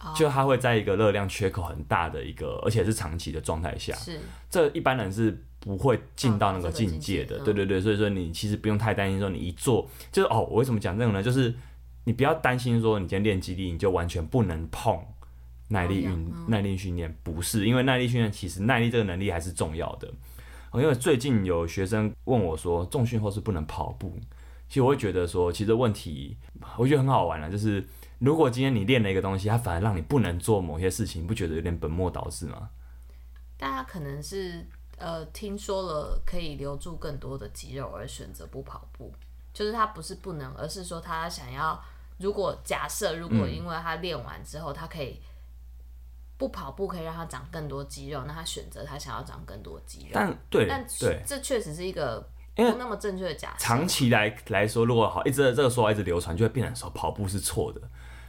Speaker 2: 哦
Speaker 1: 就它会在一个热量缺口很大的一个，而且是长期的状态下，
Speaker 2: 是，
Speaker 1: 这一般人是不会进到那个境界的，
Speaker 2: 嗯
Speaker 1: 对对对，所以说你其实不用太担心，说你一做就是哦，我为什么讲这个呢？就是你不要担心说你今天练肌力，你就完全不能碰耐力
Speaker 2: 哦
Speaker 1: 运、耐力训练，不是，因为耐力训练其实耐力这个能力还是重要的。哦因为最近有学生问我说，重训后是不能跑步，其实我会觉得说，其实这问题我觉得很好玩啊，就是如果今天你练了一个东西，它反而让你不能做某些事情，你不觉得有点本末倒置吗？
Speaker 2: 大家可能是呃听说了可以留住更多的肌肉而选择不跑步，就是他不是不能，而是说他想要，如果假设如
Speaker 1: 嗯
Speaker 2: 果因为他练完之后，他可以不跑步可以让他长更多肌肉，那他选择他想要长更多肌肉，
Speaker 1: 但对
Speaker 2: 但
Speaker 1: 对。
Speaker 2: 这确实是一个
Speaker 1: 因为
Speaker 2: 不那么正确的假设，
Speaker 1: 长期来来说，如果好一直这个说法一直流传，就会变成说跑步是错的，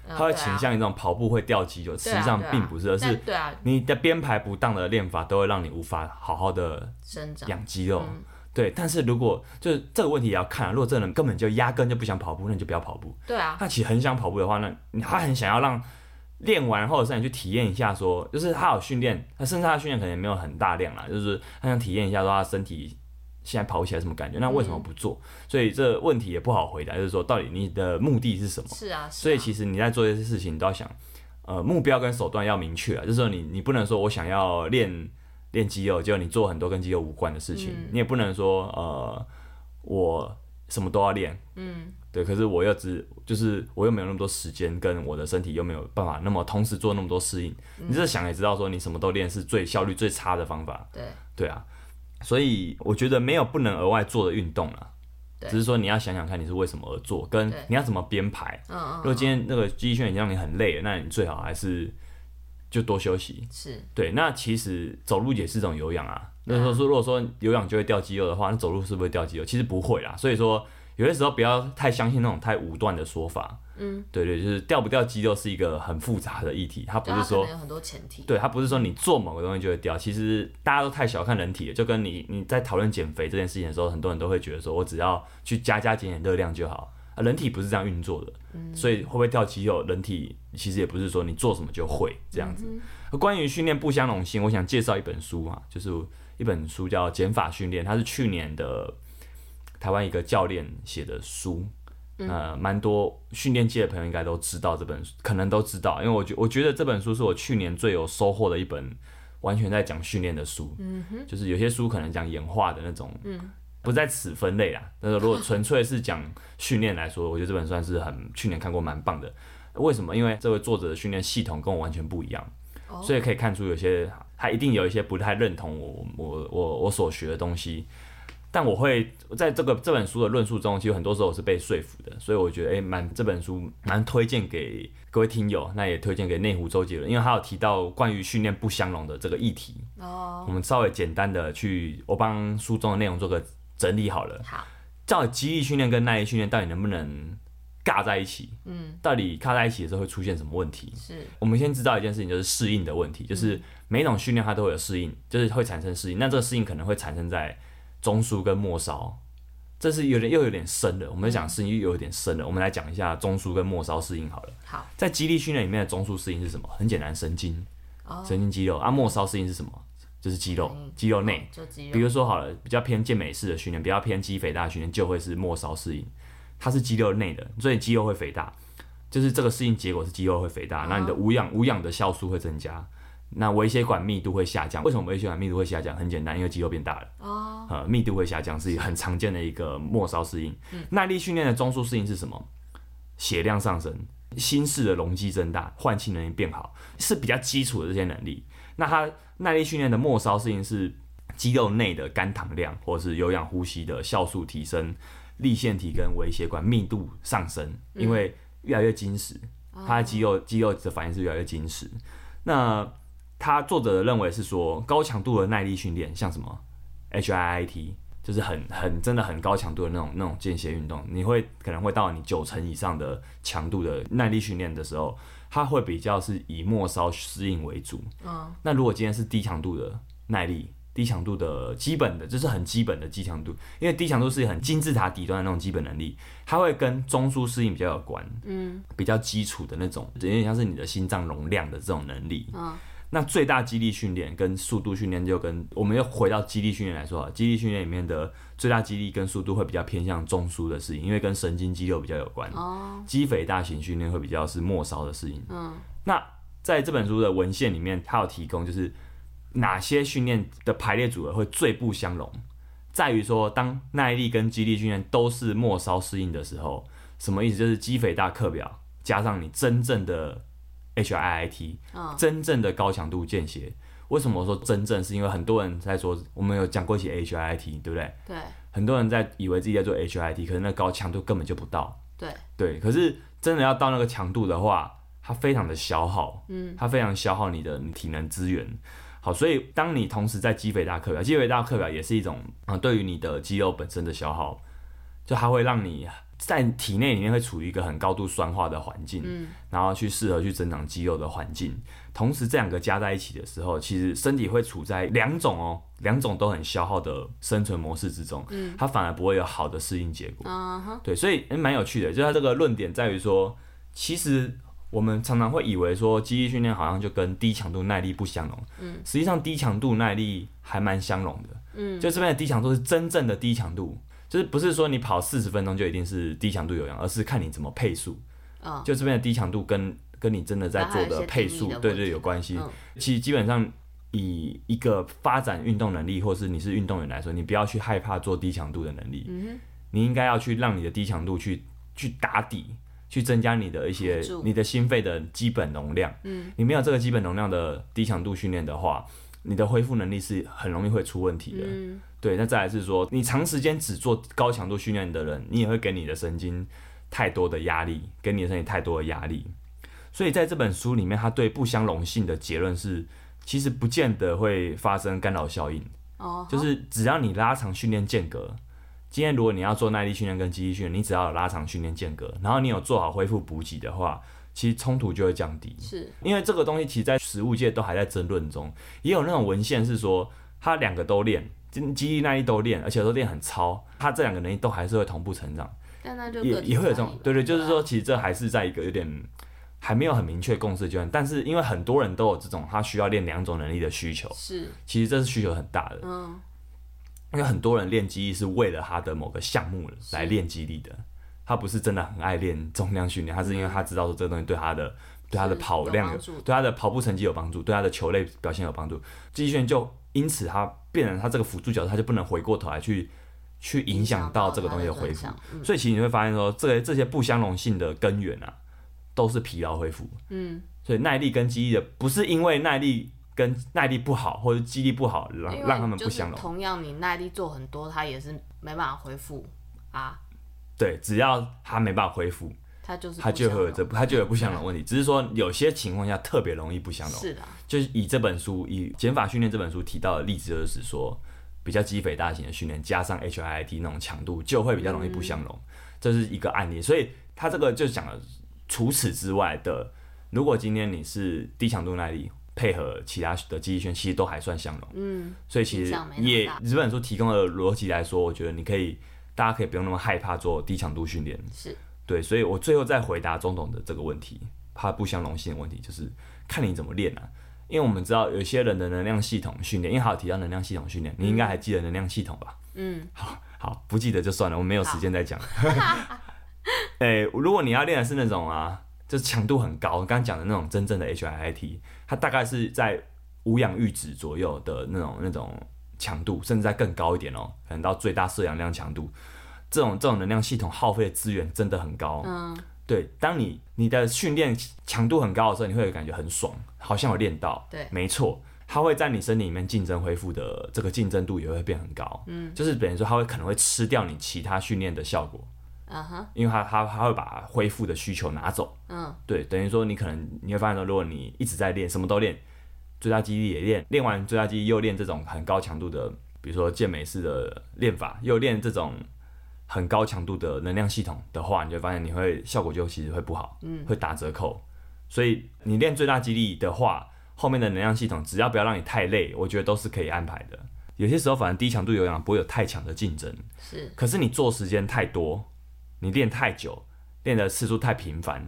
Speaker 2: 嗯
Speaker 1: 它会
Speaker 2: 对啊
Speaker 1: 倾向一种跑步会掉肌肉，实
Speaker 2: 对啊
Speaker 1: 际上
Speaker 2: 对啊
Speaker 1: 并不是，而是
Speaker 2: 但对啊，
Speaker 1: 你的编排不当的练法都会让你无法好好的
Speaker 2: 生长
Speaker 1: 养肌肉。
Speaker 2: 嗯
Speaker 1: 对，但是如果就是这个问题也要看、啊，如果这个人根本就压根就不想跑步，那你就不要跑步。
Speaker 2: 对啊，
Speaker 1: 他其实很想跑步的话，那他很想要让练完后的身体去体验一下说就是他有训练，他甚至他的训练可能也没有很大量啦，就是他想体验一下说他身体现在跑起来什么感觉，那为
Speaker 2: 嗯
Speaker 1: 什么不做？所以这问题也不好回答，就是说到底你的目的是什么？
Speaker 2: 是啊，是啊
Speaker 1: 所以其实你在做这些事情，你都要想，呃，目标跟手段要明确啊，就是说你你不能说我想要练练肌肉，结果你做很多跟肌肉无关的事情，
Speaker 2: 嗯
Speaker 1: 你也不能说呃我什么都要练，
Speaker 2: 嗯，
Speaker 1: 对，可是我又只就是我又没有那么多时间，跟我的身体又没有办法那么同时做那么多适应。你这想也知道，说你什么都练是最效率最差的方法，
Speaker 2: 对，
Speaker 1: 对啊。所以我觉得没有不能额外做的运动了，
Speaker 2: 对
Speaker 1: 只是说你要想想看你是为什么而做，跟
Speaker 2: 对
Speaker 1: 你要怎么编排。
Speaker 2: 嗯嗯
Speaker 1: 如
Speaker 2: 嗯，
Speaker 1: 果今天那个肌力训练已经让你很累了，那你最好还是就多休息，
Speaker 2: 是
Speaker 1: 对，那其实走路也是一种
Speaker 2: 嗯
Speaker 1: 有氧啊。那时候说，如果说有氧就会掉肌肉的话，那走路是不是会掉肌肉？其实不会啦。所以说，有些时候不要太相信那种太武断的说法。嗯，对对，就是掉不掉肌肉是一个很复杂的议题，它不
Speaker 2: 对，啊它
Speaker 1: 是
Speaker 2: 可
Speaker 1: 说
Speaker 2: 能有很多前提。
Speaker 1: 对，它不是说你做某个东西就会掉。其实大家都太小看人体了，就跟你你在讨论减肥这件事情的时候，很多人都会觉得说，我只要去加加减减热量就好。啊，人体不是这样运作的，所以会不会掉肌肉，人体其实也不是说你做什么就会这样子。而关于训练不相容性，我想介绍一本书啊，就是一本书叫《减法训练》，它是去年的台湾一个教练写的书。呃，蛮多训练界的朋友应该都知道这本书，可能都知道，因为我觉我觉得这本书是我去年最有收获的一本，完全在讲训练的书。嗯哼，就是有些书可能讲演化的那种，嗯，不在此分类啦。但是如果纯粹是讲训练来说，我觉得这本算是很去年看过蛮棒的。为什么？因为这位作者的训练系统跟我完全不一样，
Speaker 2: 哦
Speaker 1: 所以可以看出有些他一定有一些不太认同我我我我所学的东西。但我会在这个这本书的论述中，其实很多时候我是被说服的，所以我觉得诶，蛮、这本书蛮推荐给各位听友，那也推荐给内湖周杰伦，因为他有提到关于训练不相容的这个议题，
Speaker 2: 哦，
Speaker 1: 我们稍微简单的去我帮书中的内容做个整理好了。
Speaker 2: 好，
Speaker 1: 到底肌力训练跟耐力训练到底能不能尬在一起？
Speaker 2: 嗯，
Speaker 1: 到底尬在一起的时候会出现什么问题？
Speaker 2: 是
Speaker 1: 我们先知道一件事情，就是适应的问题，就是每一种训练它都会有适应，就是会产生适应。那这个适应可能会产生在中枢跟末梢，这是有点又有点深了。我们讲适应又有点深了，我们来讲一下中枢跟末梢适应好了。
Speaker 2: 好
Speaker 1: 在肌力训练里面的中枢适应是什么？很简单，神经，
Speaker 2: 哦，
Speaker 1: 神经肌肉啊。末梢适应是什么？就是肌肉
Speaker 2: 嗯，
Speaker 1: 肌肉内。
Speaker 2: 就肌
Speaker 1: 比
Speaker 2: 肉，
Speaker 1: 如说好了，比较偏健美式的训练，比较偏肌肥大的训练，就会是末梢适应，它是肌肉内的，所以肌肉会肥大，就是这个适应结果是肌肉会肥大，那你的无氧无氧的酵素会增加，那微血管密度会下降。为什么微血管密度会下降？很简单，因为肌肉变大了，
Speaker 2: 哦，
Speaker 1: 呃，密度会下降是一个很常见的一个末梢适应。耐力训练的中枢适应是什么？血量上升，心室的容积增大，换气能力变好，是比较基础的这些能力。那它耐力训练的末梢适应是肌肉内的肝糖量或者是有氧呼吸的酵素提升，立腺体跟微血管密度上升，因为越来越紧实，它的肌肉肌肉的反应是越来越紧实。那他作者认为是说，高强度的耐力训练，像什么 HIIT，就是很很真的很高强度的那种那种间歇运动，你会可能会到你九成以上的强度的耐力训练的时候，它会比较是以末梢适应为主。
Speaker 2: 嗯，
Speaker 1: 那如果今天是低强度的耐力，低强度的基本的，就是很基本的低强度，因为低强度是很金字塔底端的那种基本能力，它会跟中枢适应比较有关，
Speaker 2: 嗯，
Speaker 1: 比较基础的那种，有点像是你的心脏容量的这种能力。
Speaker 2: 嗯，
Speaker 1: 那最大肌力训练跟速度训练就跟我们又回到肌力训练来说啊，肌力训练里面的最大肌力跟速度会比较偏向中枢的适应，因为跟神经肌肉比较有关。
Speaker 2: 哦，
Speaker 1: 肌肥大型训练会比较是末梢的适应。
Speaker 2: 嗯，
Speaker 1: 那在这本书的文献里面，它有提供就是哪些训练的排列组合会最不相容，在于说当耐力跟肌力训练都是末梢适应的时候，什么意思？就是肌肥大课表加上你真正的 HIIT，、
Speaker 2: 嗯
Speaker 1: 真正的高强度间歇。为什么我说真正？是因为很多人在说，我们有讲过一些 HIIT，对不对？
Speaker 2: 对
Speaker 1: 很多人在以为自己在做 HIIT，可是那高强度根本就不到。
Speaker 2: 对，
Speaker 1: 对，可是真的要到那个强度的话，它非常的消耗，嗯，它非常消耗你的你体能资源。好，所以当你同时在肌肥大课表，啊肌肥大课表也是一种啊、呃对于你的肌肉本身的消耗，就它会让你在体内里面会处于一个很高度酸化的环境，嗯，然后去适合去增长肌肉的环境。同时这两个加在一起的时候，其实身体会处在两种哦，两种都很消耗的生存模式之中，嗯，它反而不会有好的适应结果。
Speaker 2: 嗯哼，
Speaker 1: 对，所以诶蛮、有趣的，就是他这个论点在于说，其实我们常常会以为说肌力训练好像就跟低强度耐力不相容，嗯，实际上低强度耐力还蛮相容的，嗯，就这边的低强度是真正的低强度，就是不是说你跑四十分钟就一定是低强度有氧，而是看你怎么配速，
Speaker 2: 嗯，
Speaker 1: 就这边的低强度跟跟你真的在
Speaker 2: 然后还
Speaker 1: 做
Speaker 2: 有一些
Speaker 1: 配
Speaker 2: 定义
Speaker 1: 速
Speaker 2: 的，
Speaker 1: 对
Speaker 2: 问
Speaker 1: 对
Speaker 2: 题
Speaker 1: 有关系，
Speaker 2: 嗯
Speaker 1: 其实基本上以一个发展运动能力，或是你是运动员来说，你不要去害怕做低强度的能力，你应该要去让你的低强度去去打底，去增加你的一些
Speaker 2: 辅助
Speaker 1: 你的心肺的基本容量。嗯，你没有这个基本容量的低强度训练的话，你的恢复能力是很容易会出问题的。
Speaker 2: 嗯，
Speaker 1: 对，那再来是说，你长时间只做高强度训练的人，你也会给你的神经太多的压力，给你的身体太多的压力。所以在这本书里面，他对不相容性的结论是，其实不见得会发生干扰效应，
Speaker 2: 哦，
Speaker 1: 就是只要你拉长训练间隔，今天如果你要做耐力训练跟肌力训练，你只要有拉长训练间隔，然后你有做好恢复补给的话，其实冲突就会降低。
Speaker 2: 是
Speaker 1: 因为这个东西其实，在实物界都还在争论中，也有那种文献是说，他两个都练，肌肌力耐力都练，而且都练很超，他这两个能力都还是会同步成长，
Speaker 2: 但那就
Speaker 1: 也
Speaker 2: 个体
Speaker 1: 也会有这
Speaker 2: 差异
Speaker 1: 种
Speaker 2: 嘛，
Speaker 1: 对对，就是
Speaker 2: 啊
Speaker 1: 说，其实这还是在一个有点还没有很明确共识阶段，但是因为很多人都有这种他需要练两种能力的需求，
Speaker 2: 是
Speaker 1: 其实这是需求很大的，
Speaker 2: 嗯
Speaker 1: 因为很多人练肌力是为了他的某个项目
Speaker 2: 是
Speaker 1: 来练肌力的，他不是真的很爱练重量训练，他是因为他知道说这个东西对他的对他的
Speaker 2: 是
Speaker 1: 跑
Speaker 2: 有
Speaker 1: 量
Speaker 2: 帮
Speaker 1: 有
Speaker 2: 助的
Speaker 1: 对他的跑步成绩有帮助，对他的球类表现有帮助，肌力训练就因此他变成他这个辅助角色，他就不能回过头来去去影响到这个东西的恢复，，嗯
Speaker 2: 影响到它的转向
Speaker 1: 所以其实你会发现说，这这些不相容性的根源啊，都是疲劳恢复。
Speaker 2: 嗯
Speaker 1: 所以耐力跟肌力的不是因为耐力跟耐力不好或者肌力不好
Speaker 2: 嗯，
Speaker 1: 让
Speaker 2: 因为
Speaker 1: 让他们
Speaker 2: 就
Speaker 1: 不
Speaker 2: 是
Speaker 1: 相容，
Speaker 2: 同样你耐力做很多，它也是没办法恢复啊，
Speaker 1: 对，只要他没办法恢复，
Speaker 2: 它就是
Speaker 1: 他
Speaker 2: 不
Speaker 1: 就
Speaker 2: 相
Speaker 1: 会有
Speaker 2: 容
Speaker 1: 这他就有不相容问题。只是说有些情况下特别容易不相容，
Speaker 2: 是的，
Speaker 1: 就是以这本书以《减法训练》这本书提到的例子，就是说比较肌肥大型的训练加上 HIIT 那种强度，就会比较容易不相容，
Speaker 2: 嗯
Speaker 1: 这是一个案例。所以他这个就讲了，除此之外的，如果今天你是低强度耐力。配合其他的肌力训练，其实都还算相容，
Speaker 2: 嗯
Speaker 1: 所以其
Speaker 2: 影
Speaker 1: 实
Speaker 2: 响没那么
Speaker 1: 也
Speaker 2: 大
Speaker 1: 这本书提供的逻辑来说，我觉得你可以，大家可以不用那么害怕做低强度训练。
Speaker 2: 是
Speaker 1: 对，所以我最后再回答钟董的这个问题，怕不相容性的问题，就是看你怎么练啊。因为我们知道有些人的能量系统训练，因为还有提到能量系统训练，你应该还记得能量系统吧？
Speaker 2: 嗯
Speaker 1: 好，不记得就算了，我没有时间再讲。 哎、如果你要练的是那种啊，就是强度很高，刚刚讲的那种真正的 HIIT，它大概是在无氧阈值左右的那种那种强度，甚至再更高一点哦，可能到最大摄氧量强度。这种这种能量系统耗费的资源真的很高，哦
Speaker 2: 嗯
Speaker 1: 对，当你你的训练强度很高的时候，你会有感觉很爽，好像有练到。
Speaker 2: 对
Speaker 1: 没错，它会在你身体里面竞争恢复的这个竞争度也会变很高。嗯，就是等于说它会可能会吃掉你其他训练的效果，
Speaker 2: 啊哈
Speaker 1: 因为它它它会把恢复的需求拿走。
Speaker 2: 嗯
Speaker 1: 对，等于说你可能你会发现说，如果你一直在练，什么都练，最大肌力也练，练完最大肌力又练这种很高强度的，比如说健美式的练法，又练这种很高强度的能量系统的话，你就会发现你会效果就其实会不好，
Speaker 2: 嗯
Speaker 1: 会打折扣。所以你练最大肌力的话，后面的能量系统只要不要让你太累，我觉得都是可以安排的。有些时候，反正低强度有氧不会有太强的竞争，
Speaker 2: 是
Speaker 1: 可是你做时间太多，你练太久，练的次数太频繁，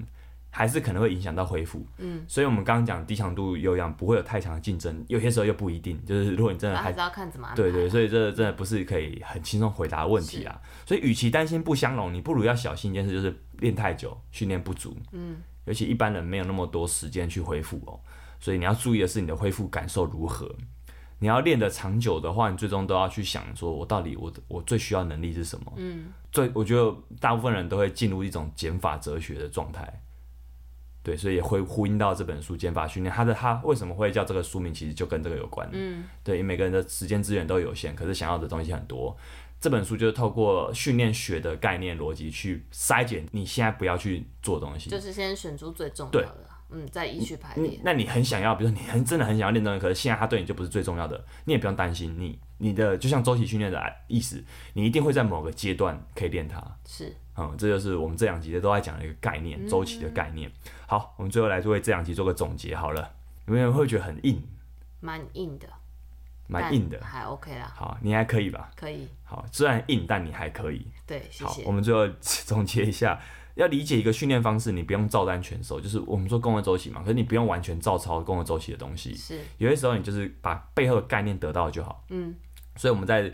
Speaker 1: 还是可能会影响到恢复。
Speaker 2: 嗯，
Speaker 1: 所以我们刚刚讲低强度有氧不会有太强的竞争，有些时候又不一定。就是如果你真的
Speaker 2: 然后还
Speaker 1: 还
Speaker 2: 是要看怎么安排
Speaker 1: 对对，所以这真的不是可以很轻松回答的问题啊。所以与其担心不相容，你不如要小心一件事，就是练太久，训练不足。
Speaker 2: 嗯
Speaker 1: 尤其一般人没有那么多时间去恢复哦，所以你要注意的是你的恢复感受如何。你要练得长久的话，你最终都要去想说，我到底我的我最需要能力是什么？
Speaker 2: 嗯
Speaker 1: 最我觉得大部分人都会进入一种减法哲学的状态，对，所以也会呼应到这本书《减法训练》，它的它为什么会叫这个书名，其实就跟这个有关。
Speaker 2: 嗯
Speaker 1: 对，因为每个人的时间资源都有限，可是想要的东西很多。这本书就是透过训练学的概念逻辑去筛减你现在不要去做的东西，
Speaker 2: 就是先选出最重要
Speaker 1: 对
Speaker 2: 的，嗯再依序排
Speaker 1: 你
Speaker 2: 列
Speaker 1: 那你很想要，比如说你很真的很想要练这个，可是现在它对你就不是最重要的，你也不用担心，你你的就像周期训练的意思，你一定会在某个阶段可以练它。
Speaker 2: 是
Speaker 1: 嗯，这就是我们这两集都在讲的一个概念，
Speaker 2: 嗯
Speaker 1: 周期的概念。好，我们最后来为这两集做个总结好了，有没有人会觉得很硬，
Speaker 2: 蛮硬的，
Speaker 1: 蛮
Speaker 2: 但
Speaker 1: 硬的？
Speaker 2: 还 OK 啦，
Speaker 1: 好，你还可以吧？
Speaker 2: 可以
Speaker 1: 好，虽然硬，但你还可以。
Speaker 2: 对，谢
Speaker 1: 好，
Speaker 2: 谢
Speaker 1: 我，们最后 总结一下，要理解一个训练方式，你不用照单全收，就是我们说共和周期嘛，可是你不用完全照抄共和周期的东西。
Speaker 2: 是
Speaker 1: 有些时候你就是把背后的概念得到就好。
Speaker 2: 嗯，
Speaker 1: 所以我们在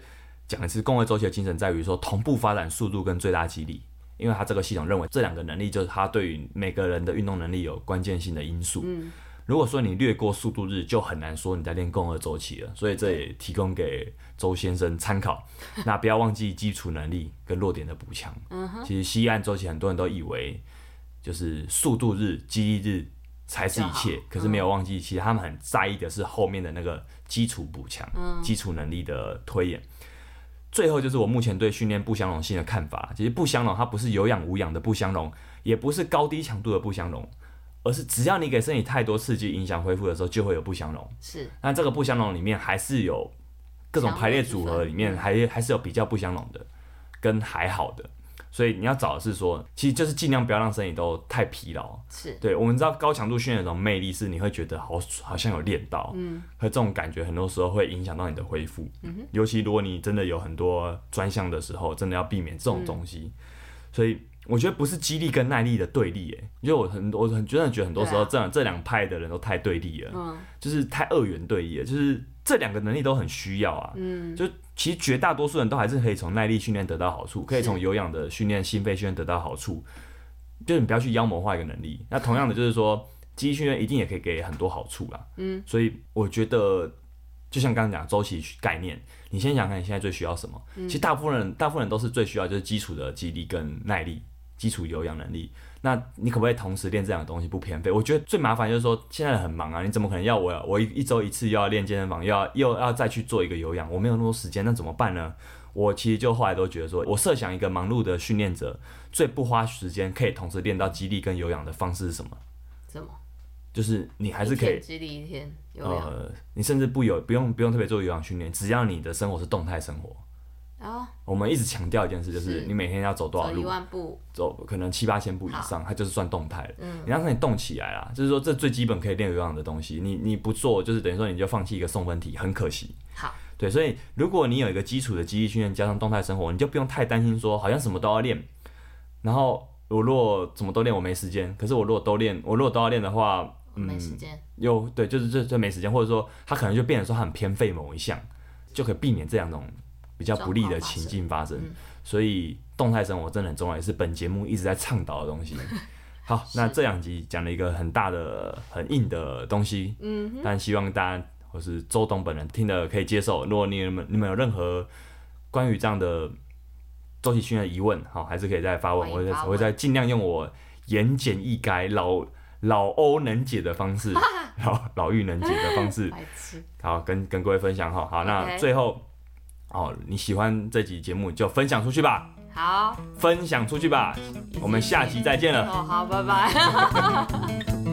Speaker 1: 讲一次共和周期的精神，在于说同步发展速度跟最大肌力，因为它这个系统认为这两个能力就是它对于每个人的运动能力有关键性的因素。
Speaker 2: 嗯，
Speaker 1: 如果说你略过速度日，就很难说你在练共和周期了。所以这也提供给周先生参 考。那不要忘记基础能力跟弱点的补强。
Speaker 2: 嗯
Speaker 1: 其实西岸周期很多人都以为就是速度日、记忆日才是一
Speaker 2: 就
Speaker 1: 切
Speaker 2: 好，嗯
Speaker 1: 可是没有忘记，其实他们很在意的是后面的那个基础补强、
Speaker 2: 嗯
Speaker 1: 基础能力的推演。最后就是我目前对训练不相容性的看法，其实不相容它不是有氧无氧的不相容，也不是高低强度的不相容，而是只要你给身体太多刺激影响恢复的时候，就会有不相容。
Speaker 2: 是
Speaker 1: 那这个不相容里面还是有各种排列组合里面还还是有比较不相容的，跟还好的。所以你要找的是说，其实就是尽量不要让身体都太疲劳。
Speaker 2: 是
Speaker 1: 对，我们知道高强度训练有种魅力是你会觉得好好像有练到，嗯，和这种感觉很多时候会影响到你的恢复，嗯尤其如果你真的有很多专项的时候，真的要避免这种东西。所以我觉得不是激励跟耐力的对立，哎，因为我很我很真的觉得很多时候
Speaker 2: 对啊
Speaker 1: 这、这两派的人都太对立了，
Speaker 2: 嗯
Speaker 1: 就是太二元对立了，就是这两个能力都很需要啊，
Speaker 2: 嗯，
Speaker 1: 就其实绝大多数人都还是可以从耐力训练得到好处，可以从有氧的训练、心肺训练得到好处。就是你不要去妖魔化一个能力。那同样的，就是说肌力训练一定也可以给很多好处啦。
Speaker 2: 嗯，
Speaker 1: 所以我觉得，就像刚刚讲周期概念，你先想看你现在最需要什么。
Speaker 2: 嗯
Speaker 1: 其实大部分人，大部分人都是最需要就是基础的肌力跟耐力，基础有氧能力。那你可不可以同时练这两个东西不偏废？我觉得最麻烦就是说，现在很忙啊，你怎么可能要我我一一周一次又要练健身房，又要又要再去做一个有氧？我没有那么多时间，那怎么办呢？我其实就后来都觉得说，我设想一个忙碌的训练者最不花时间可以同时练到肌力跟有氧的方式是什么？
Speaker 2: 怎么
Speaker 1: 就是你还是
Speaker 2: 一
Speaker 1: 可以
Speaker 2: 天激励一天有氧
Speaker 1: 呃，你甚至不有不用不用特别做有氧训练，只要你的生活是动态生活。
Speaker 2: 啊？
Speaker 1: 我们一直强调一件事，就是
Speaker 2: 是
Speaker 1: 你每天要走多少
Speaker 2: 走一
Speaker 1: 路，
Speaker 2: 万步，
Speaker 1: 走可能七八千步以上，它就是算动态了。
Speaker 2: 嗯
Speaker 1: 你让你动起来啦，啊就是说这最基本可以练有氧的东西，你你不做，就是等于说你就放弃一个送分题，很可惜。
Speaker 2: 好，
Speaker 1: 对，所以如果你有一个基础的肌力训练加上动态生活，你就不用太担心说好像什么都要练。然后我如果什么都练，我没时间。可是我如果都练，我如果都要练的话，
Speaker 2: 没时间。
Speaker 1: 又对，就是这这没时间，或者说他可能就变成说他很偏废某一项，就可以避免这两种比较不利的情境发生。所以动态生活真的很重要，也是本节目一直在倡导的东西。好，那这两集讲了一个很大的、很硬的东西，嗯，但希望大家或是周董本人听的可以接受。如果你们你们有任何关于这样的周期训练的疑问，好，还是可以再发问，
Speaker 2: 欢迎
Speaker 1: 我会再
Speaker 2: 发问
Speaker 1: 我会再尽量用我言简意赅、老老欧能解的方 式，老老妪能解的方式，
Speaker 2: 白痴，
Speaker 1: 好，跟跟各位分享哈。好，那
Speaker 2: OK
Speaker 1: 最后，哦，你喜欢这集节目就分享出去吧，
Speaker 2: 好，
Speaker 1: 分享出去吧，我们下期再见了。
Speaker 2: 哦，好，拜拜。